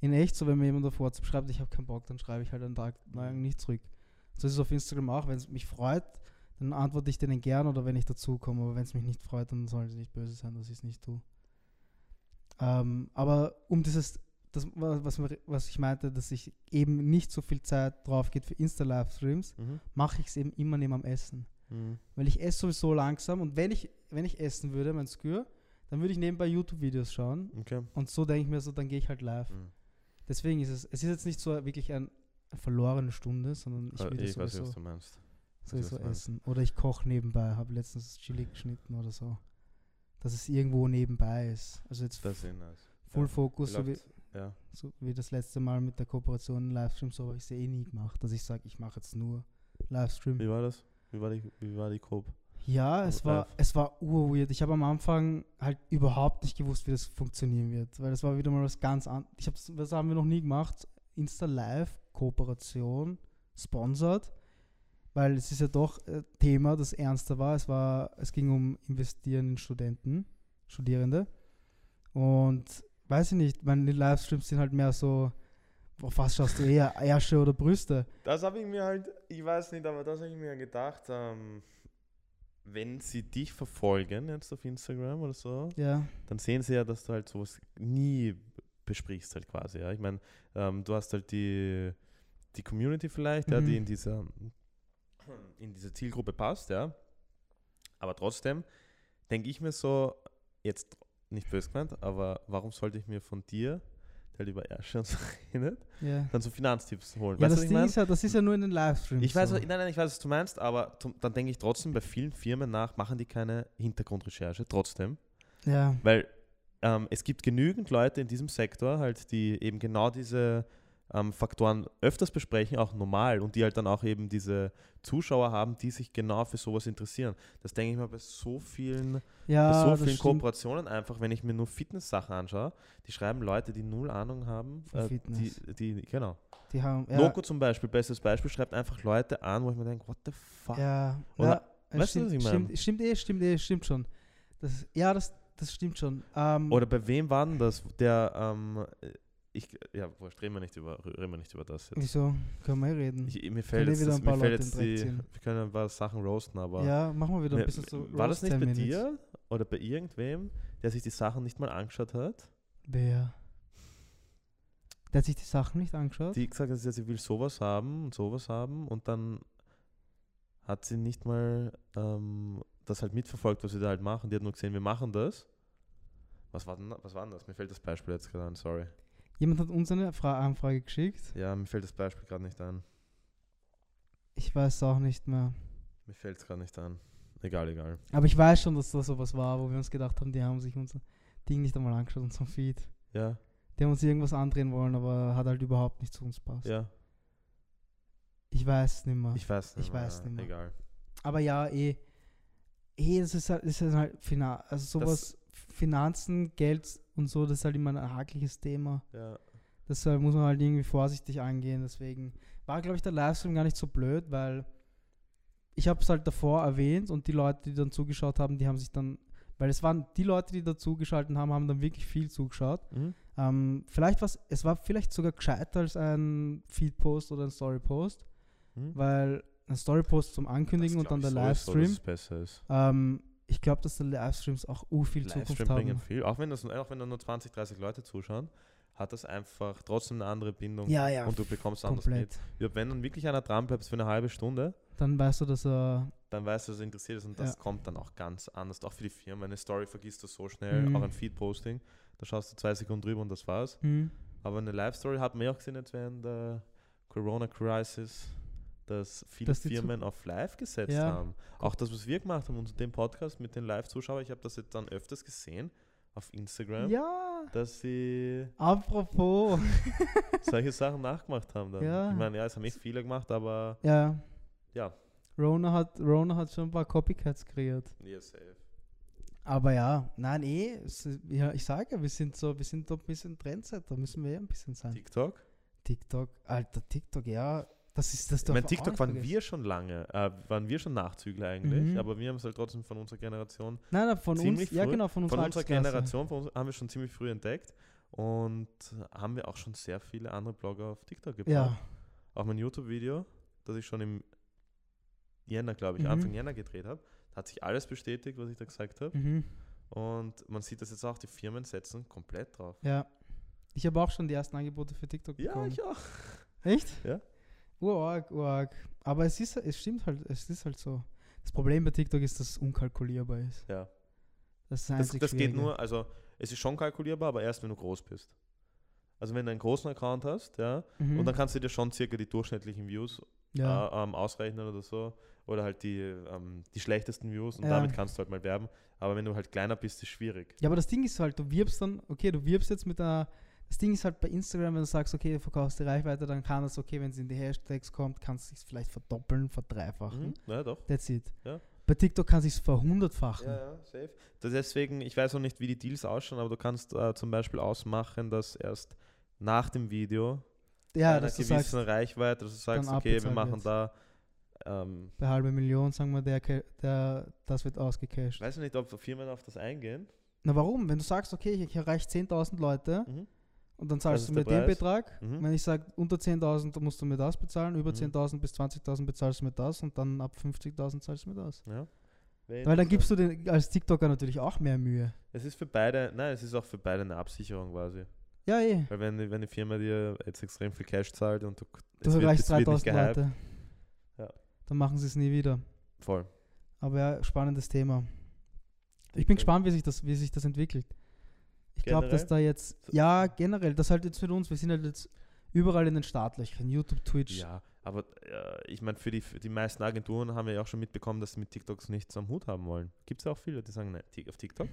Speaker 1: in echt so, wenn mir jemand auf WhatsApp schreibt, ich habe keinen Bock, dann schreibe ich halt einen Tag lang
Speaker 2: Mhm.
Speaker 1: nicht zurück. So ist es auf Instagram auch. Wenn es mich freut, dann antworte ich denen gern oder wenn ich dazukomme. Aber wenn es mich nicht freut, dann sollen sie nicht böse sein, dass ich es nicht tue. Ähm, aber um dieses, das, wa- was, mir- was ich meinte, dass ich eben nicht so viel Zeit drauf geht für Insta-Livestreams,
Speaker 2: Mhm.
Speaker 1: mache ich es eben immer neben am Essen.
Speaker 2: Mhm.
Speaker 1: Weil ich esse sowieso langsam und wenn ich, wenn ich essen würde, mein Skür, dann würde ich nebenbei YouTube-Videos schauen
Speaker 2: Okay.
Speaker 1: und so denke ich mir so, dann gehe ich halt live.
Speaker 2: Mhm.
Speaker 1: Deswegen ist es, es ist jetzt nicht so wirklich ein, eine verlorene Stunde, sondern ich
Speaker 2: Ah,
Speaker 1: will das
Speaker 2: Ich weiß nicht,
Speaker 1: sowieso,
Speaker 2: was du meinst. was
Speaker 1: sowieso
Speaker 2: du meinst.
Speaker 1: essen. Oder ich koche nebenbei, habe letztens Chili geschnitten oder so. Dass es irgendwo nebenbei ist. Also jetzt
Speaker 2: Das ist eh nice.
Speaker 1: Full
Speaker 2: ja.
Speaker 1: Focus, so wie,
Speaker 2: Läuft- Ja.
Speaker 1: so wie das letzte Mal mit der Kooperation Livestream, so habe ich es eh nie gemacht, dass ich sage, ich mache jetzt nur Livestream.
Speaker 2: Wie war das? Wie war die, wie war die Coop?
Speaker 1: Ja,
Speaker 2: Aber
Speaker 1: es war,
Speaker 2: live.
Speaker 1: es war urweird. Ich habe am Anfang halt überhaupt nicht gewusst, wie das funktionieren wird, weil das war wieder mal was ganz anderes. Ich hab's, das haben wir noch nie gemacht. Insta Live, Kooperation, sponsored, weil es ist ja doch äh, Thema, das ernster war. Es war, es ging um Investieren in Studenten, Studierende. Und weiß ich nicht, meine Livestreams sind halt mehr so, auf was schaust du eher, *laughs* Ärsche oder Brüste?
Speaker 2: Das habe ich mir halt, ich weiß nicht, aber das habe ich mir gedacht, ähm, wenn sie dich verfolgen jetzt auf Instagram oder so,
Speaker 1: Ja,
Speaker 2: dann sehen sie ja, dass du halt sowas nie besprichst halt quasi. Ja? Ich meine, ähm, du hast halt die, die Community vielleicht, ja,
Speaker 1: Mhm.
Speaker 2: die in dieser in diese Zielgruppe passt, ja. Aber trotzdem denke ich mir so, jetzt nicht böse gemeint, aber warum sollte ich mir von dir, der halt über Ärsche *laughs* und so redet,
Speaker 1: ja.
Speaker 2: dann so Finanztipps holen?
Speaker 1: Ja, das,
Speaker 2: weißt du, was ich
Speaker 1: Ding
Speaker 2: meine?
Speaker 1: ist ja, das ist ja nur in den Livestreams.
Speaker 2: Ich weiß,
Speaker 1: so.
Speaker 2: was- nein, nein, ich weiß, was du meinst, aber zum- dann denke ich trotzdem, bei vielen Firmen nach machen die keine Hintergrundrecherche, trotzdem.
Speaker 1: Ja.
Speaker 2: Weil ähm, es gibt genügend Leute in diesem Sektor, halt, die eben genau diese ähm, Faktoren öfters besprechen, auch normal, und die halt dann auch eben diese Zuschauer haben, die sich genau für sowas interessieren. Das denke ich mal bei so vielen, bei
Speaker 1: Ja,
Speaker 2: so
Speaker 1: das
Speaker 2: vielen
Speaker 1: stimmt.
Speaker 2: Kooperationen einfach, wenn ich mir nur Fitness-Sachen anschaue, die schreiben Leute, die null Ahnung haben.
Speaker 1: Von
Speaker 2: Äh, die,
Speaker 1: Fitness.
Speaker 2: die, genau.
Speaker 1: Die haben, ja,
Speaker 2: Noco zum Beispiel, bestes Beispiel, schreibt einfach Leute an, wo ich mir denke, what the fuck?
Speaker 1: ja,
Speaker 2: Oder-
Speaker 1: ja, es
Speaker 2: weißt du,
Speaker 1: stimmt,
Speaker 2: was ich meine?
Speaker 1: stimmt, stimmt eh, stimmt eh, stimmt schon. Das, ja, das, das stimmt schon. Ähm,
Speaker 2: Oder bei wem war denn das? Der, ähm, ich, ja, wurscht, reden wir nicht über, reden wir nicht über das jetzt.
Speaker 1: wieso? Können wir eh reden.
Speaker 2: Ich, mir
Speaker 1: Können
Speaker 2: fällt
Speaker 1: wir
Speaker 2: jetzt,
Speaker 1: wieder
Speaker 2: das,
Speaker 1: ein paar
Speaker 2: mir fällt
Speaker 1: Leute
Speaker 2: jetzt
Speaker 1: in den
Speaker 2: die,
Speaker 1: Dreck ziehen?
Speaker 2: *laughs* wir können ein paar Sachen roasten, aber
Speaker 1: ja, machen wir wieder
Speaker 2: mir,
Speaker 1: ein bisschen so.
Speaker 2: war das
Speaker 1: Roast
Speaker 2: nicht bei
Speaker 1: 10 Minutes.
Speaker 2: dir oder bei irgendwem, der sich die Sachen nicht mal angeschaut hat,
Speaker 1: Wer? Der hat sich die Sachen nicht angeschaut?
Speaker 2: die gesagt hat, sie will sowas haben und sowas haben und dann hat sie nicht mal ähm, das halt mitverfolgt, was wir da halt machen. Die hat nur gesehen, wir machen das. Was war denn, was war denn das? Mir fällt das Beispiel jetzt gerade an, sorry.
Speaker 1: Jemand hat uns eine Fra Anfrage geschickt.
Speaker 2: Ja, mir fällt das Beispiel gerade nicht ein.
Speaker 1: Ich weiß auch nicht mehr.
Speaker 2: Mir fällt es gerade nicht ein. Egal, egal.
Speaker 1: Aber ich weiß schon, dass das sowas war, wo wir uns gedacht haben, die haben sich unser Ding nicht einmal angeschaut, unser Feed.
Speaker 2: Ja,
Speaker 1: Die Die haben uns irgendwas andrehen wollen, aber hat halt überhaupt nicht zu uns passt.
Speaker 2: Ja,
Speaker 1: Ich weiß nicht mehr.
Speaker 2: ich weiß nicht
Speaker 1: Ich
Speaker 2: mehr,
Speaker 1: weiß
Speaker 2: ja,
Speaker 1: nicht mehr.
Speaker 2: Egal.
Speaker 1: Aber ja, eh. Eh, das ist halt, das ist halt Finan also sowas, Finanzen, Geld und so, das ist halt immer ein hakliges Thema.
Speaker 2: Ja.
Speaker 1: Das halt, muss man halt irgendwie vorsichtig angehen. Deswegen war, glaube ich, der Livestream gar nicht so blöd, weil ich habe es halt davor erwähnt und die Leute, die dann zugeschaut haben, die haben sich dann, weil es waren die Leute, die da zugeschaltet haben, haben dann wirklich viel zugeschaut.
Speaker 2: Mhm.
Speaker 1: Ähm, vielleicht was, es war vielleicht sogar gescheiter als ein Feed-Post oder ein Story-Post, Hm?
Speaker 2: Mhm.
Speaker 1: weil ein Story-Post zum Ankündigen
Speaker 2: Das
Speaker 1: und dann der
Speaker 2: glaub ich sowieso, dass
Speaker 1: Livestream.
Speaker 2: es besser ist.
Speaker 1: Ähm, ich glaube, dass die Livestreams auch u viel Zukunft
Speaker 2: Livestream bringen
Speaker 1: haben.
Speaker 2: viel. Auch wenn, das, auch wenn da nur 20, 30 Leute zuschauen, hat das einfach trotzdem eine andere Bindung.
Speaker 1: Ja, ja,
Speaker 2: Und du bekommst anders
Speaker 1: komplett.
Speaker 2: mit. Ja, wenn dann wirklich einer dran bleibt für eine halbe Stunde,
Speaker 1: Dann weißt du, dass er
Speaker 2: dann weißt du, dass er interessiert ist und das
Speaker 1: Ja.
Speaker 2: kommt dann auch ganz anders. Auch für die Firma. Eine Story vergisst du so schnell,
Speaker 1: Mhm.
Speaker 2: auch ein Feed-Posting. Da schaust du zwei Sekunden drüber und das war's.
Speaker 1: hm,
Speaker 2: Aber eine Live-Story hat man ja auch gesehen jetzt während der Corona-Crisis, dass viele
Speaker 1: Dass die zu-
Speaker 2: Firmen auf Live gesetzt
Speaker 1: Ja.
Speaker 2: haben. Auch das, was wir gemacht haben, unter dem Podcast mit den Live-Zuschauern, ich habe das jetzt dann öfters gesehen auf Instagram,
Speaker 1: Ja,
Speaker 2: dass sie
Speaker 1: apropos.
Speaker 2: solche Sachen nachgemacht haben. Dann.
Speaker 1: Ja.
Speaker 2: Ich meine, ja, es haben echt viele gemacht, aber
Speaker 1: ja.
Speaker 2: Ja.
Speaker 1: Rona hat, Rona hat schon ein paar Copycats kreiert.
Speaker 2: nee, safe.
Speaker 1: Aber ja, nein, eh, es, ja, ich sage ja, wir sind so, wir sind doch ein bisschen Trendsetter, müssen wir eh ein bisschen sein.
Speaker 2: TikTok.
Speaker 1: TikTok, alter TikTok, ja, das ist das
Speaker 2: Ich meine,
Speaker 1: darf man auch
Speaker 2: TikTok
Speaker 1: nicht
Speaker 2: waren
Speaker 1: vergessen.
Speaker 2: wir schon lange, äh, waren wir schon Nachzügler eigentlich,
Speaker 1: Mhm.
Speaker 2: aber wir haben es halt trotzdem von unserer Generation
Speaker 1: Nein, nein, von uns,
Speaker 2: Ziemlich
Speaker 1: ja
Speaker 2: früh-
Speaker 1: genau, von unserer,
Speaker 2: von unserer
Speaker 1: Altersklasse.
Speaker 2: Generation von uns, haben wir schon ziemlich früh entdeckt und haben wir auch schon sehr viele andere Blogger auf TikTok gebracht.
Speaker 1: Ja,
Speaker 2: Auch mein YouTube-Video, das ich schon im Jänner, glaube ich,
Speaker 1: Mhm.
Speaker 2: Anfang Jänner gedreht habe, da hat sich alles bestätigt, was ich da gesagt habe.
Speaker 1: mhm,
Speaker 2: Und man sieht das jetzt auch, die Firmen setzen komplett drauf.
Speaker 1: ja. Ich habe auch schon die ersten Angebote für TikTok
Speaker 2: Ja,
Speaker 1: bekommen.
Speaker 2: ich auch.
Speaker 1: Echt?
Speaker 2: Ja.
Speaker 1: Urarg, urarg. Aber es ist, es stimmt halt, es ist halt so. Das Problem bei TikTok ist, dass es unkalkulierbar ist.
Speaker 2: Ja.
Speaker 1: Das ist das
Speaker 2: Das,
Speaker 1: einzig
Speaker 2: das geht
Speaker 1: Schwierige.
Speaker 2: nur, also es ist schon kalkulierbar, aber erst wenn du groß bist. Also wenn du einen großen Account hast, ja,
Speaker 1: Mhm.
Speaker 2: und dann kannst du dir schon circa die durchschnittlichen Views
Speaker 1: ja.
Speaker 2: äh, ähm, ausrechnen oder so. Oder halt die, ähm, die schlechtesten Views und
Speaker 1: Ja.
Speaker 2: damit kannst du halt mal werben. Aber wenn du halt kleiner bist, ist es schwierig.
Speaker 1: ja, aber das Ding ist halt, du wirbst dann, okay, du wirbst jetzt mit einer. Das Ding ist halt bei Instagram, wenn du sagst, okay, du verkaufst die Reichweite, dann kann das, okay, wenn es in die Hashtags kommt, kann es sich vielleicht verdoppeln, verdreifachen.
Speaker 2: Mhm. Ja, doch.
Speaker 1: That's it.
Speaker 2: Ja.
Speaker 1: Bei TikTok kann es sich verhundertfachen.
Speaker 2: ja, safe. Das deswegen, ich weiß noch nicht, wie die Deals ausschauen, aber du kannst äh, zum Beispiel ausmachen, dass erst nach dem Video
Speaker 1: Ja,
Speaker 2: einer
Speaker 1: dass du
Speaker 2: gewissen
Speaker 1: sagst,
Speaker 2: Reichweite, dass du sagst,
Speaker 1: dann
Speaker 2: okay, wir
Speaker 1: abbezahlt
Speaker 2: machen
Speaker 1: wird's.
Speaker 2: da. Ähm,
Speaker 1: bei halbe Million, sagen wir, der, ca- der, das wird
Speaker 2: ich
Speaker 1: ausgecashed.
Speaker 2: weiß noch nicht, ob Firmen auf das eingehen.
Speaker 1: Na warum? Wenn du sagst, okay, ich erreiche 10.000 Leute
Speaker 2: Mhm.
Speaker 1: und dann zahlst
Speaker 2: ist
Speaker 1: du mir
Speaker 2: der
Speaker 1: den
Speaker 2: Preis.
Speaker 1: Betrag,
Speaker 2: Mhm.
Speaker 1: wenn ich sage, unter 10.000 musst du mir das bezahlen, über
Speaker 2: Mhm.
Speaker 1: 10.000 bis 20.000 bezahlst du mir das und dann ab 50.000 zahlst du mir das.
Speaker 2: Ja.
Speaker 1: Weil dann gibst du den, als TikToker natürlich auch mehr Mühe.
Speaker 2: Es ist für beide, nein, es ist auch für beide eine Absicherung quasi.
Speaker 1: Ja, eh.
Speaker 2: Weil wenn, die- wenn die Firma dir jetzt extrem viel Cash zahlt und du,
Speaker 1: Du
Speaker 2: es wird-
Speaker 1: erreichst
Speaker 2: es wird nicht
Speaker 1: 3.000
Speaker 2: gehypt.
Speaker 1: Leute.
Speaker 2: Ja.
Speaker 1: Dann machen sie es nie wieder.
Speaker 2: Voll.
Speaker 1: Aber ja, spannendes Thema. Ich bin
Speaker 2: TikTok.
Speaker 1: gespannt, wie sich das, wie sich das entwickelt. Ich glaube, dass da jetzt,
Speaker 2: So-
Speaker 1: ja, generell, das halt jetzt mit uns, wir sind halt jetzt überall in den Startlöchern, YouTube, Twitch.
Speaker 2: Ja, aber äh, ich meine, für die, für die meisten Agenturen haben wir ja auch schon mitbekommen, dass sie mit TikToks nichts am Hut haben wollen. Gibt es ja auch viele, die sagen, nein, Tik- auf TikTok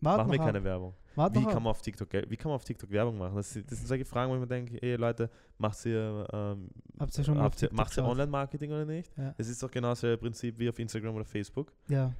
Speaker 1: Wart
Speaker 2: machen wir
Speaker 1: noch ab,
Speaker 2: keine Werbung.
Speaker 1: wart
Speaker 2: Wie
Speaker 1: noch
Speaker 2: kann,
Speaker 1: ab.
Speaker 2: man auf TikTok, Geld- wie kann man auf TikTok Werbung machen? Das, sind- das sind solche Fragen, wo ich mir denke, ey Leute, macht ihr, ähm,
Speaker 1: Habt ihr schon mal auf
Speaker 2: habt ihr,
Speaker 1: TikTok
Speaker 2: macht ihr
Speaker 1: geschaut?
Speaker 2: Online-Marketing oder nicht?
Speaker 1: Ja.
Speaker 2: Es ist doch genau dasselbe Prinzip wie auf Instagram oder Facebook.
Speaker 1: Ja.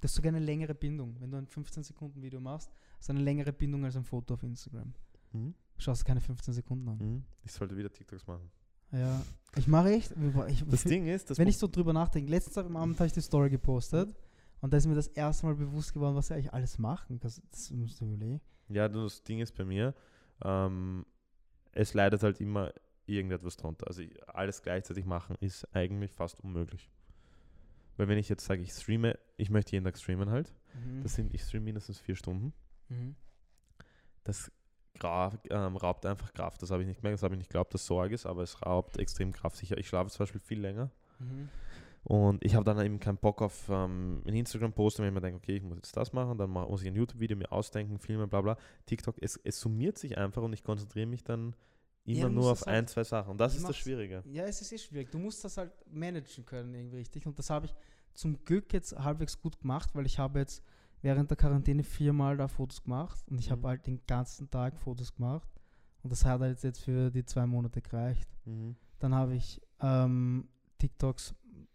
Speaker 1: Das ist sogar eine längere Bindung. Wenn du ein 15-Sekunden-Video machst, ist eine längere Bindung als ein Foto auf Instagram. Mhm. Schaust du keine 15 Sekunden an.
Speaker 2: Mhm. Ich sollte wieder
Speaker 1: *laughs*
Speaker 2: TikToks machen.
Speaker 1: Ja. Ich mache echt, ich,
Speaker 2: Das Ding ist, dass
Speaker 1: wenn ich so drüber nachdenke, letztens am Abend habe ich die Story gepostet und da ist mir das erste Mal bewusst geworden, was sie eigentlich alles machen. Das, das musst du überlegen.
Speaker 2: Ja, du, das Ding ist bei mir, ähm, es leidet halt immer irgendetwas drunter. Also ich- alles gleichzeitig machen ist eigentlich fast unmöglich. Weil wenn ich jetzt sage, ich streame, ich möchte jeden Tag streamen halt, das sind, ich streame mindestens vier Stunden,
Speaker 1: Mhm.
Speaker 2: das gra- ähm, raubt einfach Kraft. Das habe ich nicht gemerkt, das habe ich nicht geglaubt, dass so arg ist, aber es raubt extrem Kraft. Ich, ich schlafe zum Beispiel viel länger
Speaker 1: Mhm.
Speaker 2: und ich habe dann eben keinen Bock auf ähm, ein Instagram-Post, wenn ich mir denke, okay, ich muss jetzt das machen, dann mach, muss ich ein YouTube-Video mir ausdenken, Filme, bla bla. TikTok, es, es summiert sich einfach und ich konzentriere mich dann immer
Speaker 1: Ja, du
Speaker 2: nur
Speaker 1: musst
Speaker 2: auf
Speaker 1: das halt-
Speaker 2: ein, zwei Sachen. Und das
Speaker 1: Ich
Speaker 2: ist das
Speaker 1: mach's-
Speaker 2: Schwierige.
Speaker 1: Ja, es ist eh schwierig. Du musst das halt managen können irgendwie richtig. Und das habe ich zum Glück jetzt halbwegs gut gemacht, weil ich habe jetzt während der Quarantäne viermal da Fotos gemacht und ich
Speaker 2: Mhm.
Speaker 1: habe halt den ganzen Tag Fotos gemacht und das hat halt jetzt für die zwei Monate gereicht.
Speaker 2: Mhm.
Speaker 1: Dann habe ich ähm, TikToks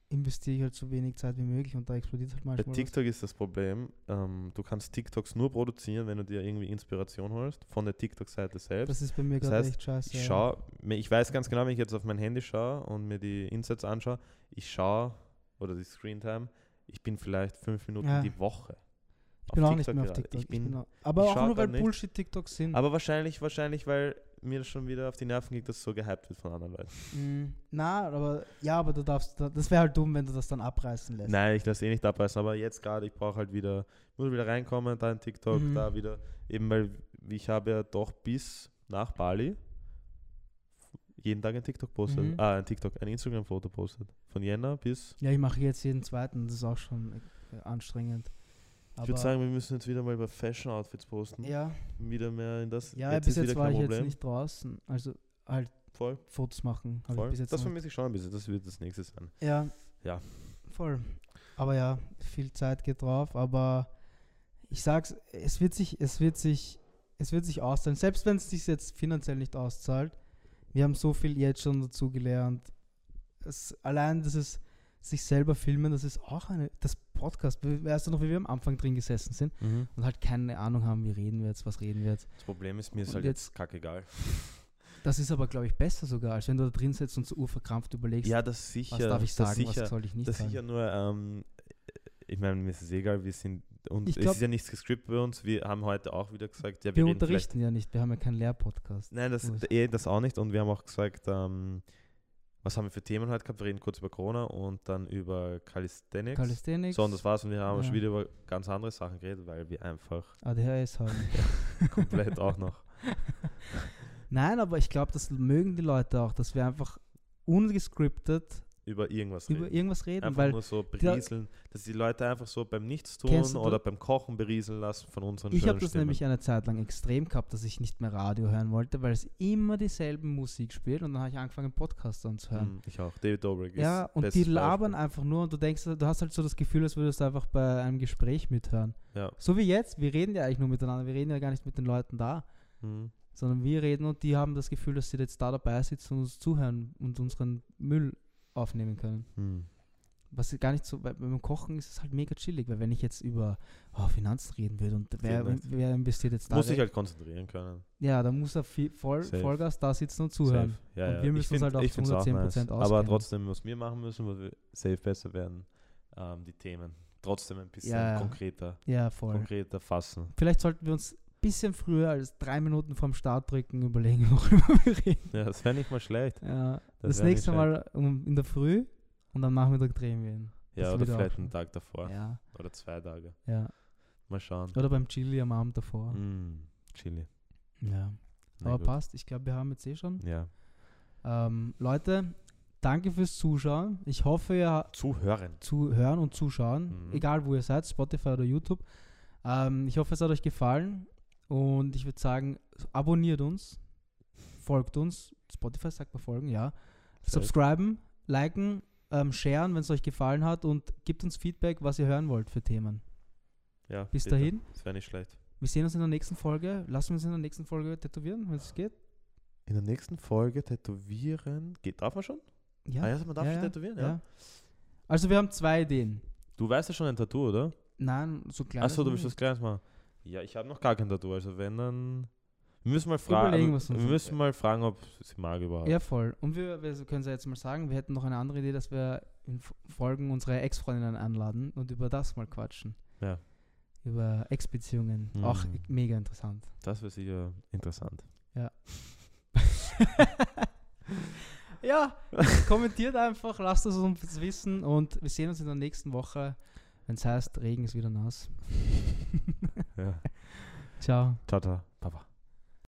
Speaker 1: investiere ich halt so wenig Zeit wie möglich und da explodiert halt
Speaker 2: Bei
Speaker 1: manchmal. was.
Speaker 2: TikTok ist das Problem, ähm, du kannst TikToks nur produzieren, wenn du dir irgendwie Inspiration holst von der TikTok-Seite selbst.
Speaker 1: Das ist bei mir
Speaker 2: Das
Speaker 1: gerade
Speaker 2: heißt,
Speaker 1: echt scheiße.
Speaker 2: Ich
Speaker 1: ja.
Speaker 2: schaue, ich weiß ganz genau, wenn ich jetzt auf mein Handy schaue und mir die Insights anschaue, ich schaue, oder die Screentime, ich bin vielleicht fünf Minuten
Speaker 1: Ja.
Speaker 2: die Woche.
Speaker 1: ich
Speaker 2: auf
Speaker 1: bin auch nicht mehr auf
Speaker 2: gerade.
Speaker 1: TikTok.
Speaker 2: Ich bin,
Speaker 1: au- aber
Speaker 2: ich
Speaker 1: auch
Speaker 2: schau
Speaker 1: nur, weil
Speaker 2: grad nicht.
Speaker 1: Bullshit-TikToks sind.
Speaker 2: aber wahrscheinlich, wahrscheinlich, weil mir das schon wieder auf die Nerven geht, dass so gehypt wird von anderen Leuten.
Speaker 1: Mm, Na, aber ja, aber du darfst, da- das wäre halt dumm, wenn du das dann abreißen lässt.
Speaker 2: Nein, ich lasse eh nicht abreißen, aber jetzt gerade, ich brauche halt wieder, muss wieder reinkommen, da in TikTok,
Speaker 1: Mhm.
Speaker 2: da wieder, eben weil ich habe ja doch bis nach Bali jeden Tag ein TikTok postet,
Speaker 1: Mhm.
Speaker 2: ah, ein TikTok, ein Instagram-Foto postet. Von Jänner bis,
Speaker 1: Ja, ich mache jetzt jeden zweiten, das ist auch schon äh, anstrengend.
Speaker 2: ich würde sagen, wir müssen jetzt wieder mal über Fashion-Outfits posten,
Speaker 1: ja,
Speaker 2: wieder mehr in das,
Speaker 1: ja bis
Speaker 2: ist
Speaker 1: jetzt war
Speaker 2: kein
Speaker 1: ich jetzt
Speaker 2: Problem.
Speaker 1: nicht draußen. Also halt
Speaker 2: voll,
Speaker 1: Fotos machen. hab Ich
Speaker 2: voll,
Speaker 1: bis jetzt
Speaker 2: das
Speaker 1: noch-
Speaker 2: vermisse ich schon ein bisschen, das wird das nächste sein.
Speaker 1: Ja.
Speaker 2: Ja.
Speaker 1: Voll. Aber ja, viel Zeit geht drauf, aber ich sag's, es wird sich, es wird sich, es wird sich auszahlen. Selbst wenn es sich jetzt finanziell nicht auszahlt, wir haben so viel jetzt schon dazu gelernt. Es, allein das ist sich selber filmen, das ist auch eine, das Podcast, We- weißt du noch, wie wir am Anfang drin gesessen sind und halt keine Ahnung haben, wie reden wir jetzt, was reden wir jetzt.
Speaker 2: Das Problem ist, mir ist
Speaker 1: Und
Speaker 2: halt jetzt kackegal.
Speaker 1: Das ist aber, glaube ich, besser sogar, als wenn du da drin sitzt und so urverkrampft überlegst,
Speaker 2: Ja, das
Speaker 1: was
Speaker 2: sicher.
Speaker 1: darf ich
Speaker 2: das
Speaker 1: sagen,
Speaker 2: sicher.
Speaker 1: was soll ich nicht
Speaker 2: Das ist
Speaker 1: sagen.
Speaker 2: ja nur, ähm, ich meine, mir ist es egal, wir sind, und
Speaker 1: Ich
Speaker 2: es
Speaker 1: glaub-
Speaker 2: ist ja nichts gescriptet bei uns, wir haben heute auch wieder gesagt, ja, wir,
Speaker 1: Wir
Speaker 2: reden vielleicht-
Speaker 1: unterrichten ja nicht, wir haben ja keinen Lehrpodcast.
Speaker 2: Nein, das,
Speaker 1: Gut.
Speaker 2: eh, das auch nicht und wir haben auch gesagt, ähm, was haben wir für Themen heute gehabt, wir reden kurz über Corona und dann über Calisthenics.
Speaker 1: Calisthenics,
Speaker 2: so, und das war's und wir haben
Speaker 1: Ja.
Speaker 2: schon wieder über ganz andere Sachen geredet, weil wir
Speaker 1: *laughs*
Speaker 2: einfach
Speaker 1: ADHS haben.
Speaker 2: komplett auch noch,
Speaker 1: Nein, aber ich glaube, das mögen die Leute auch, dass wir einfach ungescriptet
Speaker 2: über irgendwas
Speaker 1: über
Speaker 2: reden.
Speaker 1: irgendwas reden,
Speaker 2: Einfach
Speaker 1: weil
Speaker 2: nur so berieseln, dass die Leute einfach so beim
Speaker 1: Kennst
Speaker 2: Nichtstun
Speaker 1: du-
Speaker 2: oder beim Kochen berieseln lassen von unseren
Speaker 1: ich habe
Speaker 2: schönen
Speaker 1: das
Speaker 2: Stimmen.
Speaker 1: nämlich eine Zeit lang extrem gehabt, dass ich nicht mehr Radio hören wollte, weil es immer dieselben Musik spielt und dann habe ich angefangen, Podcasts anzuhören.
Speaker 2: Mm, Ich auch. David Dobrik ist
Speaker 1: Ja, und die
Speaker 2: bestes
Speaker 1: labern
Speaker 2: Beispiel.
Speaker 1: einfach nur und du denkst, du hast halt so das Gefühl, als würdest du einfach bei einem Gespräch mithören.
Speaker 2: Ja.
Speaker 1: So wie jetzt, wir reden ja eigentlich nur miteinander, wir reden ja gar nicht mit den Leuten da,
Speaker 2: Mhm.
Speaker 1: sondern wir reden und die haben das Gefühl, dass sie jetzt da dabei sitzen und uns zuhören und unseren Müll aufnehmen können.
Speaker 2: Mhm.
Speaker 1: was gar nicht so, bei- beim Kochen ist es halt mega chillig, weil wenn ich jetzt über oh, Finanzen reden würde und wer,
Speaker 2: nicht.
Speaker 1: wer investiert jetzt da,
Speaker 2: Muss
Speaker 1: wer-
Speaker 2: sich halt konzentrieren können.
Speaker 1: ja, dann muss er viel, voll,
Speaker 2: Safe.
Speaker 1: Vollgas da sitzen und zuhören.
Speaker 2: Safe. Ja,
Speaker 1: Und
Speaker 2: ja.
Speaker 1: wir müssen uns halt auch
Speaker 2: ich
Speaker 1: zu
Speaker 2: find's
Speaker 1: 110%
Speaker 2: Aber
Speaker 1: auskennen.
Speaker 2: trotzdem, was wir machen müssen, weil wir safe besser werden, ähm, die Themen trotzdem ein bisschen
Speaker 1: Ja, ja.
Speaker 2: konkreter,
Speaker 1: Ja, voll.
Speaker 2: konkreter fassen.
Speaker 1: Vielleicht sollten wir uns ein bisschen früher als drei Minuten vom Start drücken überlegen, *laughs* worüber wir reden.
Speaker 2: Ja, das wäre nicht mal schlecht.
Speaker 1: Ja,
Speaker 2: Das
Speaker 1: das
Speaker 2: wär
Speaker 1: nächste
Speaker 2: nicht
Speaker 1: Mal um, in der Früh und am Nachmittag drehen wir ihn.
Speaker 2: Ja,
Speaker 1: Das
Speaker 2: oder
Speaker 1: würde auch
Speaker 2: vielleicht
Speaker 1: schon-
Speaker 2: einen Tag davor
Speaker 1: Ja,
Speaker 2: oder zwei Tage.
Speaker 1: ja.
Speaker 2: Mal schauen.
Speaker 1: Oder beim Chili am Abend davor.
Speaker 2: Mm, Chili.
Speaker 1: Ja.
Speaker 2: Mhm. Na
Speaker 1: Aber
Speaker 2: gut.
Speaker 1: passt, ich glaube, wir haben jetzt eh schon.
Speaker 2: Ja.
Speaker 1: Ähm, Leute, danke fürs Zuschauen. Ich hoffe, ihr
Speaker 2: Zuhören.
Speaker 1: zu hören und zuschauen,
Speaker 2: Mhm.
Speaker 1: egal wo ihr seid, Spotify oder YouTube. Ähm, ich hoffe, es hat euch gefallen und ich würde sagen, abonniert uns, folgt uns, Spotify sagt man folgen, ja.
Speaker 2: Safe.
Speaker 1: Subscriben, liken, ähm, sharen, wenn es euch gefallen hat und gebt uns Feedback, was ihr hören wollt für Themen.
Speaker 2: Ja,
Speaker 1: Bis
Speaker 2: bitte.
Speaker 1: dahin,
Speaker 2: Das wäre nicht schlecht.
Speaker 1: wir sehen uns in der nächsten Folge. Lassen wir uns in der nächsten Folge tätowieren, wenn es geht.
Speaker 2: In der nächsten Folge tätowieren. Geht, darf man schon?
Speaker 1: Ja.
Speaker 2: Ah, ja, man darf schon tätowieren, ja.
Speaker 1: Also wir haben zwei Ideen.
Speaker 2: Du weißt ja schon ein Tattoo, oder?
Speaker 1: Nein, so klein.
Speaker 2: Achso, du willst was Kleines machen. Ja, ich habe noch gar kein Tattoo, also wenn dann. Wir müssen mal fragen.
Speaker 1: Überlegen, was
Speaker 2: Wir
Speaker 1: uns-
Speaker 2: müssen mal fragen, ob sie mag überhaupt.
Speaker 1: Ja, voll. Und wir, wir können es ja jetzt mal sagen, wir hätten noch eine andere Idee, dass wir in F- Folgen unsere Ex-Freundinnen anladen und über das mal quatschen.
Speaker 2: Ja.
Speaker 1: Über Ex-Beziehungen.
Speaker 2: Mhm.
Speaker 1: Auch mega interessant. *laughs*
Speaker 2: Das wäre sicher interessant.
Speaker 1: ja, kommentiert einfach, lasst es uns wissen und wir sehen uns in der nächsten Woche, wenn es heißt, Regen ist wieder nass.
Speaker 2: Ja.
Speaker 1: Ciao.
Speaker 2: Ciao, ciao.